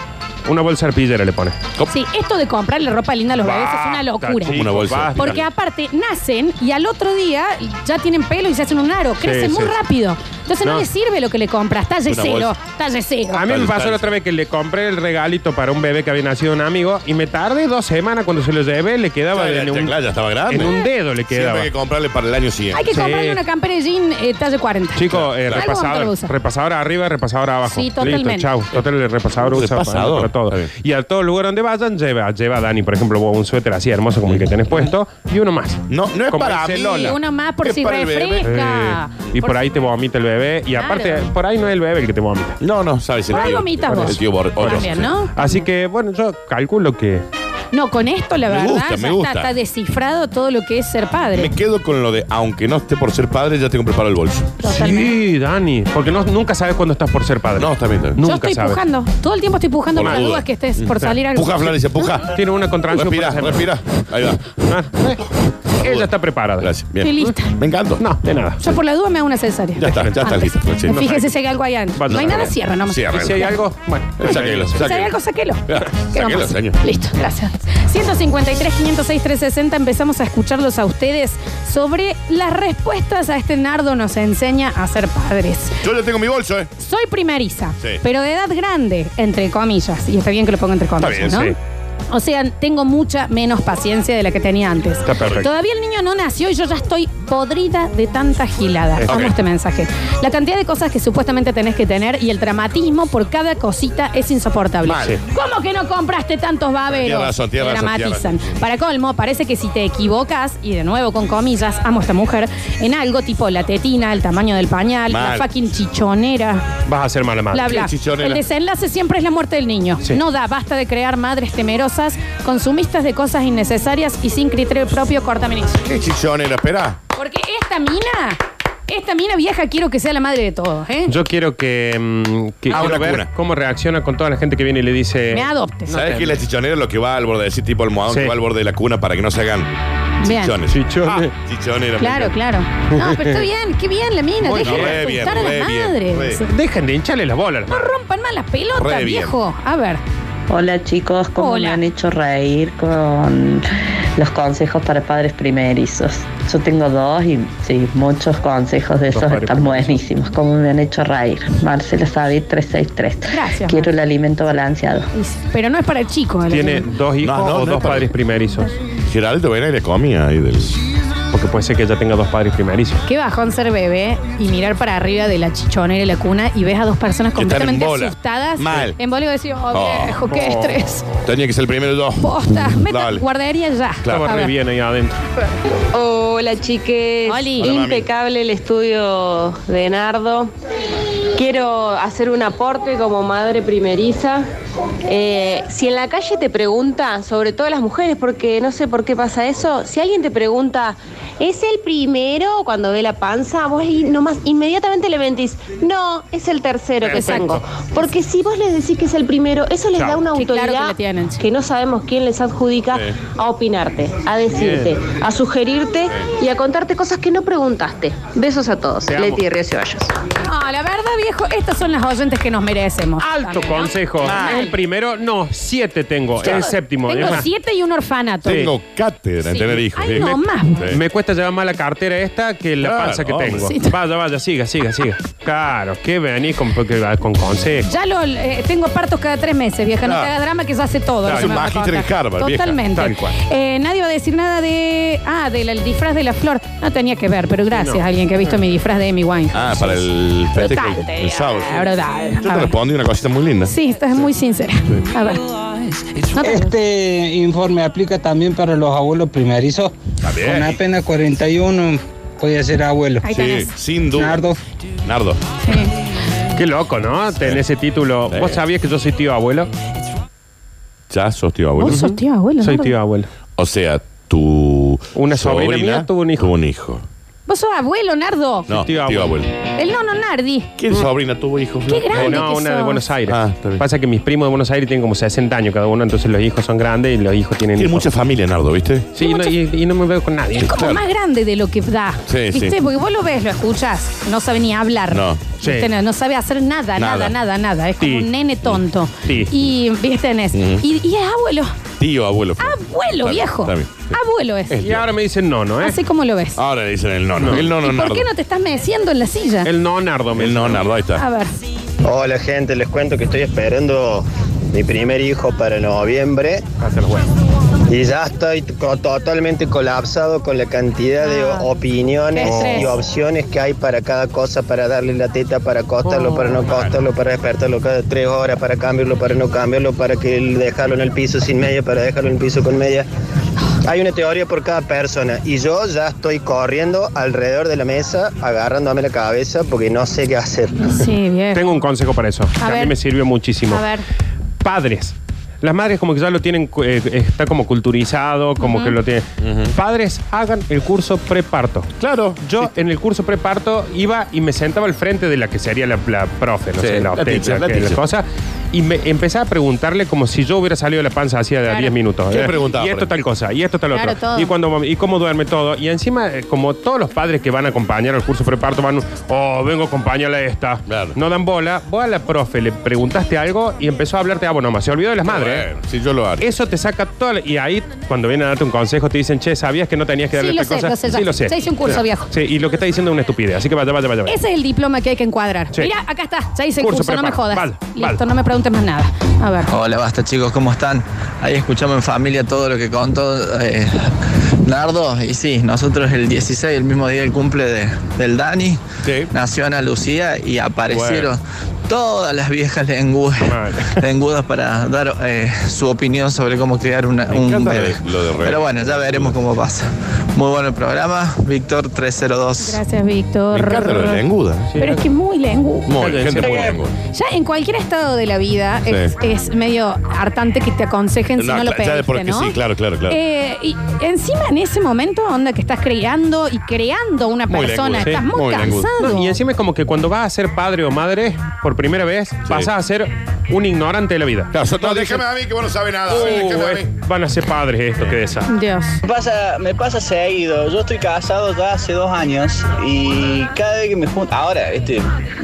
Speaker 4: una bolsa arpillera le pone.
Speaker 2: Sí, esto de comprarle ropa linda a los bebés es una locura.
Speaker 3: Una bolsa.
Speaker 2: Porque aparte nacen y al otro día ya tienen pelo y se hacen un aro. Crecen muy
Speaker 4: sí.
Speaker 2: rápido. Entonces no.
Speaker 4: No.
Speaker 2: les sirve lo que le compras. Talle
Speaker 3: Una
Speaker 2: cero,
Speaker 3: bolsa. Ah,
Speaker 2: talle cero.
Speaker 4: A mí me
Speaker 3: Tal,
Speaker 4: pasó
Speaker 3: tal.
Speaker 4: la otra vez que le compré el regalito para un bebé que había nacido un amigo y me tardé dos semanas cuando se lo llevé, le quedaba
Speaker 3: Ya,
Speaker 4: en,
Speaker 3: ya,
Speaker 4: un,
Speaker 3: ya estaba grande.
Speaker 4: en un dedo le
Speaker 3: Siempre
Speaker 4: quedaba.
Speaker 3: hay que comprarle para el año siguiente.
Speaker 2: Hay que
Speaker 4: Sí.
Speaker 2: comprarle una campera de jean eh, talle 40.
Speaker 4: Chico, eh,
Speaker 2: Algo
Speaker 4: repasador,
Speaker 2: vamos a usar.
Speaker 4: repasador arriba, repasador abajo.
Speaker 2: Sí, totalmente.
Speaker 4: Listo, chau. Total, el repasador
Speaker 3: Un
Speaker 4: usa para-
Speaker 3: repasador.
Speaker 4: para todo.
Speaker 3: Está
Speaker 4: Y a todo lugar donde vayan, lleva, lleva Dani, por ejemplo, vos un suéter así hermoso como el que tenés puesto y uno más.
Speaker 3: No, no es
Speaker 4: Como
Speaker 3: para
Speaker 4: dice
Speaker 3: mí.
Speaker 2: Y
Speaker 4: Lola.
Speaker 2: uno más por
Speaker 3: Es
Speaker 2: si
Speaker 3: para el bebé.
Speaker 2: refresca.
Speaker 4: Eh, y por, ahí te vomita el bebé. Y
Speaker 2: Claro.
Speaker 4: aparte, por ahí no es el bebé el que te vomita.
Speaker 3: No, no, sabes el
Speaker 2: Por ahí
Speaker 3: tío.
Speaker 2: vomitas vos.
Speaker 3: El tío Bor- Hoyos.
Speaker 2: También, ¿no?
Speaker 4: Así que, bueno, yo calculo que.
Speaker 2: No, con esto la
Speaker 3: Me
Speaker 2: verdad
Speaker 3: gusta,
Speaker 2: ya
Speaker 3: me
Speaker 2: está-
Speaker 3: gusta.
Speaker 2: Está, descifrado todo lo que es ser padre.
Speaker 3: Me quedo con lo de, aunque no esté por ser padre, ya tengo preparado el bolso.
Speaker 2: Totalmente.
Speaker 4: Sí, Dani. Porque no- nunca sabes cuándo estás por ser padre.
Speaker 3: No, está bien, está bien.
Speaker 2: Yo
Speaker 4: nunca
Speaker 2: estoy
Speaker 4: sabes.
Speaker 2: pujando. Todo el tiempo estoy pujando
Speaker 3: Por
Speaker 2: por las
Speaker 3: la duda.
Speaker 2: dudas que estés por salir algo.
Speaker 3: Puja, Florencia, puja.
Speaker 4: Tiene una contracción.
Speaker 3: Respira,
Speaker 4: por semana.
Speaker 3: respira. Ahí va.
Speaker 4: Ah, eh. Ella está preparada.
Speaker 3: Gracias.
Speaker 2: Estoy
Speaker 3: Bien.
Speaker 2: lista.
Speaker 3: Me encanta.
Speaker 4: No, de nada.
Speaker 2: Yo por la duda me hago una cesárea.
Speaker 3: Ya está, ya está
Speaker 2: Antes.
Speaker 3: lista, Florencia.
Speaker 2: Me Fíjese si hay algo allá. adentro.
Speaker 4: Vaya,
Speaker 2: No hay
Speaker 4: vaya.
Speaker 2: nada, cierra nomás.
Speaker 3: Cierra.
Speaker 4: Si hay algo, bueno. eh,
Speaker 3: Sáquelo,
Speaker 2: Si hay
Speaker 3: sáquelo.
Speaker 2: algo, saquelo.
Speaker 3: Ya, sáquelo, señor.
Speaker 2: Listo, gracias. 153, 506, 360. Empezamos a escucharlos a ustedes sobre las respuestas a este nardo nos enseña a ser padres.
Speaker 3: Yo ya tengo mi bolso, ¿eh?
Speaker 2: Soy primeriza,
Speaker 3: Sí.
Speaker 2: pero de edad grande, entre comillas. Y está bien que lo ponga entre comillas,
Speaker 3: Está
Speaker 4: bien,
Speaker 2: ¿no? O sea, tengo mucha menos paciencia de la que tenía antes.
Speaker 4: Está perfecto.
Speaker 2: Todavía el niño no nació y yo ya estoy podrida de tanta gilada.
Speaker 4: Ok.
Speaker 2: Amo este mensaje. La cantidad de cosas que supuestamente tenés que tener y el dramatismo por cada cosita es insoportable.
Speaker 3: Mal. Sí.
Speaker 2: ¿Cómo que no compraste tantos baberos?
Speaker 3: Tienes razón, tienes
Speaker 2: Te
Speaker 3: razón, tienes
Speaker 2: dramatizan.
Speaker 3: razón.
Speaker 2: Para colmo, parece que si te equivocas, y de nuevo con comillas, amo a esta mujer, en algo tipo la tetina, el tamaño del pañal,
Speaker 3: Mal.
Speaker 2: la fucking chichonera.
Speaker 4: Vas a ser mala
Speaker 3: Ah,
Speaker 4: madre.
Speaker 2: Bla, bla.
Speaker 3: Sí, chichonera.
Speaker 2: El desenlace siempre es la muerte del niño.
Speaker 4: Sí.
Speaker 2: No da, basta de crear madres temerosas, consumistas de cosas innecesarias y sin criterio propio, corta mi niño.
Speaker 3: Qué chichonera, espera.
Speaker 2: Porque esta mina, esta mina vieja quiero que sea la madre de todos, ¿eh?
Speaker 4: Yo quiero que, mm, que-
Speaker 3: Ah,
Speaker 4: quiero
Speaker 3: una
Speaker 4: ver
Speaker 3: cuna.
Speaker 4: cómo reacciona con toda la gente que viene y le dice.
Speaker 2: Me adopte.
Speaker 3: eh, ¿Sabes que la chichonera es lo que va al borde? Decir tipo almohadón
Speaker 4: Sí.
Speaker 3: que va al borde de la cuna para que no se hagan
Speaker 2: Bien.
Speaker 3: chichones.
Speaker 4: Chichones.
Speaker 3: Ah, chichonera.
Speaker 2: Claro, claro. No, pero está bien, qué bien la mina.
Speaker 4: Muy
Speaker 2: Dejen de
Speaker 3: bien, bien,
Speaker 2: insultar a
Speaker 3: re
Speaker 2: las
Speaker 3: bien,
Speaker 2: madres.
Speaker 3: re
Speaker 4: Dejen de hincharle las bolas. a las
Speaker 2: No
Speaker 4: madres.
Speaker 2: rompan más las pelotas,
Speaker 3: Re bien.
Speaker 2: viejo. A ver.
Speaker 5: Hola chicos, ¿cómo
Speaker 2: Hola.
Speaker 5: me han hecho reír con los consejos para padres primerizos? Yo tengo dos y sí, muchos consejos de esos
Speaker 4: padres
Speaker 5: están buenísimos. ¿Cómo me han hecho reír? Marcela Sabir 363.
Speaker 2: Gracias,
Speaker 5: Quiero el alimento balanceado.
Speaker 2: Pero no es para el chico. el-
Speaker 4: Tiene dos
Speaker 3: No,
Speaker 4: hijos
Speaker 3: no,
Speaker 4: o
Speaker 3: no
Speaker 4: dos
Speaker 3: es para-
Speaker 4: padres primerizos.
Speaker 3: Geraldo ven le comía ahí del.
Speaker 4: Porque puede ser que ella tenga dos padres primerizos.
Speaker 2: Qué bajón ser bebé y mirar para arriba de la chichonera y la cuna y ves a dos personas
Speaker 3: Que están en
Speaker 2: completamente
Speaker 3: bola.
Speaker 2: asustadas.
Speaker 3: Mal.
Speaker 2: En bola y decís, oh,
Speaker 3: Oh,
Speaker 2: viejo, qué
Speaker 4: no.
Speaker 2: estrés.
Speaker 3: Tenía que ser el primero dos.
Speaker 2: Posta, meta
Speaker 3: Dale.
Speaker 2: guardería ya.
Speaker 4: Estaba
Speaker 2: A
Speaker 4: re
Speaker 2: ver.
Speaker 4: bien ahí adentro.
Speaker 6: Hola chiques,
Speaker 2: Oli.
Speaker 3: Hola, mami.
Speaker 6: impecable el estudio de Nardo. Quiero hacer un aporte como madre primeriza. Eh, si en la calle te pregunta, sobre todo las mujeres, porque no sé por qué pasa eso, si alguien te pregunta, ¿es el primero cuando ve la panza? Vos ahí nomás inmediatamente le mentís, no, es el tercero que
Speaker 4: Perfecto.
Speaker 6: tengo. Porque si vos les decís que es el primero, eso les
Speaker 4: Chao.
Speaker 6: da una
Speaker 2: Sí, claro que
Speaker 6: autoridad
Speaker 2: la tienen, sí.
Speaker 6: que no sabemos quién les adjudica
Speaker 3: Sí.
Speaker 6: a opinarte, a decirte, a sugerirte y a contarte cosas que no preguntaste. Besos a todos.
Speaker 4: Te amo.
Speaker 6: Leti Río Ceballos.
Speaker 2: No, la verdad, viejo, estas son las oyentes que nos merecemos.
Speaker 4: Alto
Speaker 2: También, ¿no?
Speaker 4: consejo.
Speaker 2: Mal.
Speaker 4: El primero, no, siete tengo.
Speaker 2: Yo
Speaker 4: El séptimo.
Speaker 2: Tengo
Speaker 4: Es más,
Speaker 2: siete y un orfanato.
Speaker 3: Tengo cátedra en
Speaker 2: Sí.
Speaker 3: tener hijos.
Speaker 2: Ay,
Speaker 3: ¿sí?
Speaker 2: no, más.
Speaker 3: Sí.
Speaker 4: Me cuesta llevar más la cartera esta que la
Speaker 3: Claro,
Speaker 4: panza que
Speaker 3: hombre.
Speaker 4: tengo.
Speaker 2: Sí.
Speaker 4: Vaya, vaya, siga, siga, siga. Claro, que venís con, porque vas con consejos.
Speaker 2: Ya lo eh, tengo partos cada tres meses, vieja. No
Speaker 3: Claro.
Speaker 2: te hagas drama que ya hace todo.
Speaker 3: Claro,
Speaker 2: lo que
Speaker 3: es un
Speaker 2: me vas a
Speaker 3: magíster en
Speaker 2: contar.
Speaker 3: Harvard, vieja.
Speaker 2: Totalmente.
Speaker 4: Tal cual.
Speaker 2: Eh, nadie va a decir nada de. Ah, del el disfraz de la flor. No tenía que ver, pero gracias a alguien que ha visto mi disfraz de Amy Winehouse.
Speaker 3: Ah, para el festejo.
Speaker 2: Brutal, te
Speaker 3: El
Speaker 2: digo,
Speaker 3: sábado.
Speaker 2: la verdad.
Speaker 3: Yo
Speaker 2: A
Speaker 3: te
Speaker 2: ver.
Speaker 3: respondí una cosita muy linda.
Speaker 2: Sí, estás muy sincera. A ver. No te-
Speaker 7: Este informe aplica también para los abuelos primerizos.
Speaker 3: Está bien.
Speaker 7: Con apenas 41 voy a ser abuelo.
Speaker 2: Ahí
Speaker 3: Sí,
Speaker 2: tenés.
Speaker 3: sin duda.
Speaker 7: Nardo.
Speaker 3: Nardo.
Speaker 2: Sí.
Speaker 4: Qué loco, ¿no? Tener ese título.
Speaker 3: Sí.
Speaker 4: ¿Vos sabías que yo soy tío abuelo?
Speaker 3: Ya sos tío abuelo.
Speaker 2: Vos sos tío abuelo.
Speaker 4: Soy
Speaker 2: Nardo.
Speaker 4: tío abuelo.
Speaker 3: O sea, tu
Speaker 4: Una sobrina mía tuvo un hijo.
Speaker 3: Tuvo un hijo.
Speaker 2: Vos sos abuelo, Nardo.
Speaker 3: No,
Speaker 4: Tío
Speaker 3: tío,
Speaker 4: abuelo.
Speaker 3: abuelo.
Speaker 2: El nono Nardi.
Speaker 3: ¿Qué sobrina tuvo hijos?
Speaker 2: Qué grande.
Speaker 4: no,
Speaker 2: que
Speaker 4: una
Speaker 2: sos.
Speaker 4: de Buenos Aires.
Speaker 3: Ah, está bien.
Speaker 4: Pasa que mis primos de Buenos Aires tienen como 60 años cada uno, entonces los hijos son grandes y los hijos tienen.
Speaker 3: Tiene
Speaker 4: hijos.
Speaker 3: mucha familia, Nardo, ¿viste?
Speaker 4: Sí, no, y, y no me veo con nadie.
Speaker 2: Es como
Speaker 3: claro.
Speaker 2: más grande de lo que da.
Speaker 3: Sí,
Speaker 2: ¿Viste?
Speaker 3: sí.
Speaker 2: Porque vos lo ves, lo escuchas, no sabe ni hablar.
Speaker 3: No.
Speaker 2: ¿Viste?
Speaker 4: Sí.
Speaker 2: No, no sabe hacer nada, nada, nada,
Speaker 3: Nada.
Speaker 2: nada. Es como
Speaker 4: Sí.
Speaker 2: un nene tonto.
Speaker 4: Sí.
Speaker 2: Y, ¿viste? En eso.
Speaker 3: Mm.
Speaker 2: Y, y es abuelo.
Speaker 3: Tío, abuelo. fue.
Speaker 2: Abuelo,
Speaker 3: Está bien,
Speaker 2: viejo.
Speaker 3: está bien. Sí.
Speaker 2: Abuelo es.
Speaker 4: Y ahora me dicen nono, ¿eh?
Speaker 2: Así como lo ves.
Speaker 3: Ahora le dicen el nono.
Speaker 4: No.
Speaker 3: El nono,
Speaker 2: ¿Y por
Speaker 3: Nardo.
Speaker 2: qué no te estás meciendo en la silla?
Speaker 4: El nonardo, me
Speaker 3: El nono,
Speaker 4: dicen.
Speaker 3: Nardo, ahí está.
Speaker 2: A ver.
Speaker 8: Hola gente, les cuento que estoy esperando mi primer hijo para noviembre
Speaker 4: Hace los huevos.
Speaker 8: y ya estoy co- totalmente colapsado con la cantidad de
Speaker 2: Ah,
Speaker 8: opiniones
Speaker 2: qué estrés.
Speaker 8: y opciones que hay para cada cosa, para darle la teta, para acostarlo, para
Speaker 2: Oh.
Speaker 8: no acostarlo, para despertarlo cada tres horas, para cambiarlo, para no cambiarlo, para que dejarlo en el piso sin media, para dejarlo en el piso con media. Hay una teoría por cada persona y yo ya estoy corriendo alrededor de la mesa, agarrándome la cabeza porque no sé qué hacer.
Speaker 2: Sí, bien.
Speaker 4: Tengo un consejo para eso. que A, mí
Speaker 2: ver.
Speaker 4: me sirvió muchísimo.
Speaker 2: A ver.
Speaker 4: Padres. Las madres como que ya lo tienen, eh, está como culturizado, como que lo tienen. Padres, hagan el curso preparto.
Speaker 3: Claro.
Speaker 4: Yo en el curso preparto iba y me sentaba al frente de la que sería la, la profe, no
Speaker 3: Sí,
Speaker 4: sé, la,
Speaker 3: la
Speaker 4: obstetra,
Speaker 3: teacher, la
Speaker 4: que- la
Speaker 3: teacher.
Speaker 4: cosa, y me empezaba a preguntarle como si yo hubiera salido de la panza hacía
Speaker 2: Claro.
Speaker 4: 10 minutos.
Speaker 3: ¿Qué
Speaker 4: Eh,
Speaker 3: preguntaba,
Speaker 4: Y esto
Speaker 3: por
Speaker 4: tal cosa, y esto tal
Speaker 2: Claro,
Speaker 4: otro.
Speaker 2: todo.
Speaker 4: Y cuando y cómo duerme todo. Y encima, eh, como todos los padres que van a acompañar al curso preparto van, oh, vengo a acompañarla a esta.
Speaker 3: Claro.
Speaker 4: No dan bola. Vos a la profe le preguntaste algo y empezó a hablarte, ah, bueno, más, se olvidó de las madres. eh.
Speaker 3: Sí, yo lo hago.
Speaker 4: Eso te saca todo. el- Y ahí, cuando vienen a darte un consejo, te dicen, che, ¿sabías que no tenías que
Speaker 2: Sí,
Speaker 4: darle
Speaker 2: lo
Speaker 4: esta
Speaker 2: sé,
Speaker 4: cosa?
Speaker 2: lo sé, ya.
Speaker 4: sí, lo sé.
Speaker 2: Ya hice un curso,
Speaker 4: Sí.
Speaker 2: viejo.
Speaker 4: Sí, y lo que está diciendo es una estupidez. Así que vaya, vaya, vaya. vaya.
Speaker 2: Ese es el diploma que hay que encuadrar.
Speaker 4: Sí.
Speaker 2: Mira, acá está. Ya hice el curso,
Speaker 4: Curso
Speaker 2: no me
Speaker 4: preparado.
Speaker 2: jodas.
Speaker 4: Vale,
Speaker 2: Listo,
Speaker 4: vale.
Speaker 2: no me preguntes más nada. A ver.
Speaker 9: Hola, basta chicos, ¿cómo están? Ahí escuchamos en familia todo lo que contó eh, Nardo. Y sí, nosotros el 16, el mismo día del cumple de- del Dani,
Speaker 3: Sí.
Speaker 9: nació Ana Lucía y aparecieron todas las viejas lenguas,
Speaker 4: Madre.
Speaker 9: lengudas para dar eh, su opinión sobre cómo criar una,
Speaker 3: Me
Speaker 9: un
Speaker 3: encanta lo de-
Speaker 9: bebé.
Speaker 3: lo de re-
Speaker 9: Pero bueno, ya veremos cómo pasa. Muy bueno el programa, Víctor 302.
Speaker 2: Gracias,
Speaker 3: Me
Speaker 2: Víctor.
Speaker 3: encanta lo de lenguda.
Speaker 4: Sí,
Speaker 2: Pero es que muy lengu.
Speaker 3: Muy,
Speaker 4: Claro,
Speaker 3: gente
Speaker 4: sí.
Speaker 3: muy lenguda.
Speaker 2: Ya en cualquier estado de la vida
Speaker 3: Sí.
Speaker 2: es, es medio hartante que te aconsejen si
Speaker 3: No,
Speaker 2: no, lo
Speaker 3: cla- ya de
Speaker 2: pediste,
Speaker 3: porque
Speaker 2: ¿no?
Speaker 3: sí, claro, claro, claro.
Speaker 2: Eh, y encima en ese momento, onda, que estás creando y creando una
Speaker 3: Muy
Speaker 2: persona,
Speaker 3: lengudo, sí,
Speaker 2: estás muy,
Speaker 3: muy lengudo.
Speaker 2: cansado.
Speaker 4: No, y encima es como que cuando vas a ser padre o madre por primera vez, vas a ser un ignorante de la vida.
Speaker 3: Claro, so- no,
Speaker 4: Todos dicen,
Speaker 3: déjame a mí que vos no sabes nada.
Speaker 4: "Uh,
Speaker 3: déjame a
Speaker 4: eh,
Speaker 3: mí.
Speaker 4: van a ser padres esto que esa.
Speaker 2: Dios.
Speaker 8: Me pasa, me pasa seguido. Yo estoy casado ya hace dos años y cada vez que me junto, ahora, este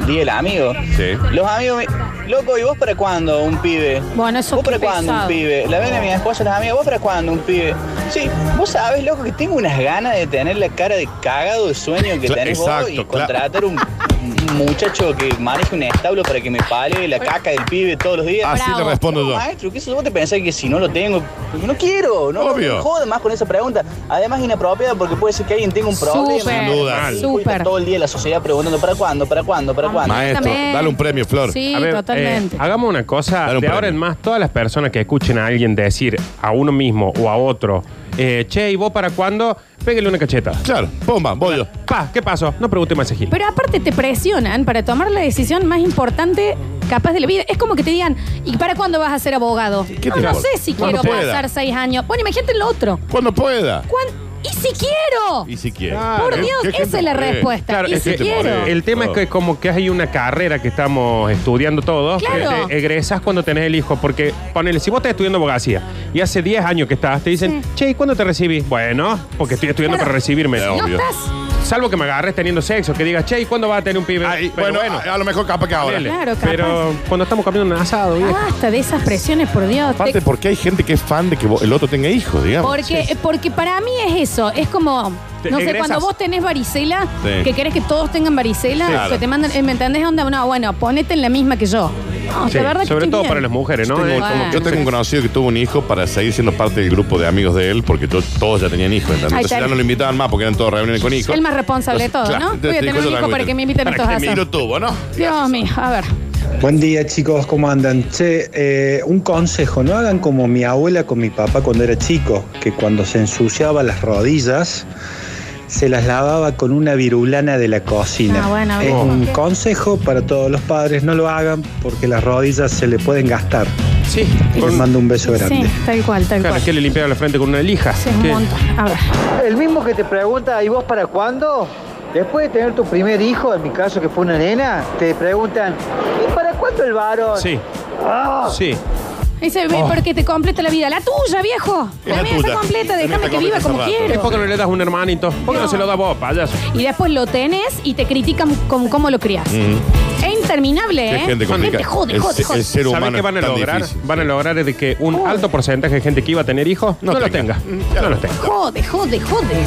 Speaker 8: día del amigo,
Speaker 3: Sí.
Speaker 8: los amigos me. Loco, ¿y vos para cuándo un pibe?
Speaker 2: Bueno, eso
Speaker 8: ¿Vos
Speaker 2: qué
Speaker 8: para cuándo
Speaker 2: pesado.
Speaker 8: un pibe? La ven a mi esposa, las amigas, ¿vos para cuándo un pibe? Sí, vos sabés, loco, que tengo unas ganas de tener la cara de cagado de sueño que
Speaker 3: Cla-
Speaker 8: tenés vos y
Speaker 3: exacto, cla-
Speaker 8: contratar un, un muchacho que maneje un establo para que me pale la caca del pibe todos los días.
Speaker 3: Así
Speaker 2: Bravo.
Speaker 3: le respondo
Speaker 8: No,
Speaker 3: yo.
Speaker 8: maestro, ¿qué eso vos te pensás que si no lo tengo? No quiero, no,
Speaker 3: Obvio.
Speaker 8: no jodas más con esa pregunta. Además inapropiada porque puede ser que alguien tenga un problema.
Speaker 2: Súper,
Speaker 3: Sin duda.
Speaker 8: Y puede estar
Speaker 2: Súper.
Speaker 8: Todo el día la sociedad preguntando para cuándo, para cuándo, para cuándo.
Speaker 3: Maestro,
Speaker 2: Exactamente.
Speaker 3: dale un premio, Flor.
Speaker 2: Sí,
Speaker 4: A ver,
Speaker 2: totalmente.
Speaker 4: eh, hagamos una cosa.
Speaker 3: Dale un
Speaker 4: de ahora
Speaker 3: premio.
Speaker 4: en más, todas las personas que escuchen a alguien decir a uno mismo o a otro, eh, che, ¿y vos para cuándo? Pégale una cacheta.
Speaker 3: Claro, pumba, voy yo.
Speaker 4: Pa, ¿qué pasó? No pregunté más a Gil.
Speaker 2: Pero aparte te presionan para tomar la decisión más importante capaz de la vida. Es como que te digan, ¿y para cuándo vas a ser abogado?
Speaker 3: ¿Qué
Speaker 2: No,
Speaker 3: te
Speaker 2: no
Speaker 3: importa?
Speaker 2: sé si quiero
Speaker 3: Cuando pueda.
Speaker 2: pasar seis años. Bueno, imagínate lo otro.
Speaker 3: Cuando pueda.
Speaker 2: ¿Cuán- ¿Y si quiero?
Speaker 3: Y si quiere.
Speaker 4: Claro.
Speaker 2: Por
Speaker 3: ¿Qué-
Speaker 2: Dios,
Speaker 3: qué
Speaker 2: esa
Speaker 3: gente
Speaker 2: es la
Speaker 3: morena?
Speaker 2: respuesta.
Speaker 4: Claro,
Speaker 2: y
Speaker 4: es
Speaker 2: si
Speaker 4: que
Speaker 3: gente
Speaker 2: quiero.
Speaker 3: morena.
Speaker 4: el tema es que como que hay una carrera que estamos estudiando todos,
Speaker 2: Claro.
Speaker 4: que te egresas cuando tenés el hijo, porque ponele, si vos estás estudiando abogacía y hace 10 años que estás, te dicen, che, ¿y cuándo te recibís? Bueno, porque estoy estudiando
Speaker 2: Claro.
Speaker 4: para recibirme.
Speaker 3: No.
Speaker 2: No
Speaker 3: obvio.
Speaker 2: estás.
Speaker 4: Salvo que me agarres teniendo sexo, que digas, che, ¿y cuándo vas a tener un pibe?
Speaker 3: Ay,
Speaker 4: Pero
Speaker 3: bueno, a, a lo mejor capaz que ahora.
Speaker 4: ponele.
Speaker 2: Claro, capaz. Ah,
Speaker 4: pero cuando estamos comiendo un asado, viejo.
Speaker 2: Basta de esas presiones, por Dios. Te-
Speaker 3: Aparte, porque hay gente que es fan de que vo- el otro tenga hijos, digamos.
Speaker 2: Porque, porque para mí es eso, es como,
Speaker 4: Te
Speaker 2: no sé,
Speaker 4: egresas.
Speaker 2: cuando vos tenés varicela,
Speaker 3: Sí.
Speaker 2: que querés que todos tengan varicela,
Speaker 3: Sí, claro.
Speaker 2: que te mandan, eh, ¿me entendés? Onda, no, bueno, ponete en la misma que yo. No,
Speaker 4: Sí,
Speaker 2: la verdad que
Speaker 4: sobre
Speaker 2: estoy
Speaker 4: todo
Speaker 2: bien.
Speaker 4: para las mujeres, ¿no?
Speaker 3: Tengo-
Speaker 4: Eh,
Speaker 2: Bueno.
Speaker 4: como que-
Speaker 3: Yo tengo un conocido que tuvo un hijo para seguir siendo parte del grupo de amigos de él, porque to- todos ya tenían hijos. ¿entendés?
Speaker 2: Ahí
Speaker 3: Entonces
Speaker 2: está.
Speaker 3: ya no lo invitaban más porque eran todos reuniones con hijos.
Speaker 2: El más responsable de todo,
Speaker 3: Entonces,
Speaker 2: ¿no?
Speaker 3: claro,
Speaker 2: Voy a
Speaker 3: entonces
Speaker 2: tener
Speaker 3: dijo,
Speaker 2: un
Speaker 3: yo
Speaker 2: hijo
Speaker 3: también
Speaker 2: para que me inviten a
Speaker 3: para
Speaker 2: estos
Speaker 3: que te- Y
Speaker 2: asados.
Speaker 3: lo tuvo, ¿no?
Speaker 2: Dios mío, a ver.
Speaker 10: Buen día chicos, ¿cómo andan? Che, eh, un consejo, no hagan como mi abuela con mi papá cuando era chico, que cuando se ensuciaba las rodillas, se las lavaba con una virulana de la cocina.
Speaker 2: Ah, bueno,
Speaker 10: es
Speaker 2: bien.
Speaker 10: un consejo para todos los padres, no lo hagan porque las rodillas se le pueden gastar.
Speaker 4: Sí,
Speaker 10: Les
Speaker 4: con,
Speaker 10: mando un beso grande.
Speaker 2: Sí, tal cual, tal
Speaker 4: claro,
Speaker 2: cual.
Speaker 4: que le limpiaron la frente con una lija.
Speaker 2: Sí, es un
Speaker 4: Que-
Speaker 2: montón. A ver.
Speaker 8: El mismo que te pregunta, ¿y vos para cuándo?
Speaker 10: Después de tener tu primer hijo, en mi caso que fue una nena, te preguntan, ¿y para cuándo el varón?
Speaker 4: Sí. Sí.
Speaker 2: Dice, ve,
Speaker 4: Oh.
Speaker 2: porque te completa la vida. La tuya, viejo.
Speaker 4: Es
Speaker 2: La
Speaker 4: la
Speaker 2: mía está
Speaker 4: tuya.
Speaker 2: completa, déjame que viva como
Speaker 4: ¿Y
Speaker 2: quiero.
Speaker 4: por qué no le das un hermanito? ¿Por qué no, se lo da vos, payaso?
Speaker 2: Y después lo tenés y te critican con cómo lo crías. Es interminable,
Speaker 4: Qué
Speaker 2: ¿eh?
Speaker 4: gente complicada.
Speaker 2: jode, jode, jode.
Speaker 4: ¿Saben qué van a lograr? Van a lograr es de que un alto porcentaje de gente que iba a tener hijos no, los tenga. No los tenga.
Speaker 2: Jode, jode, jode.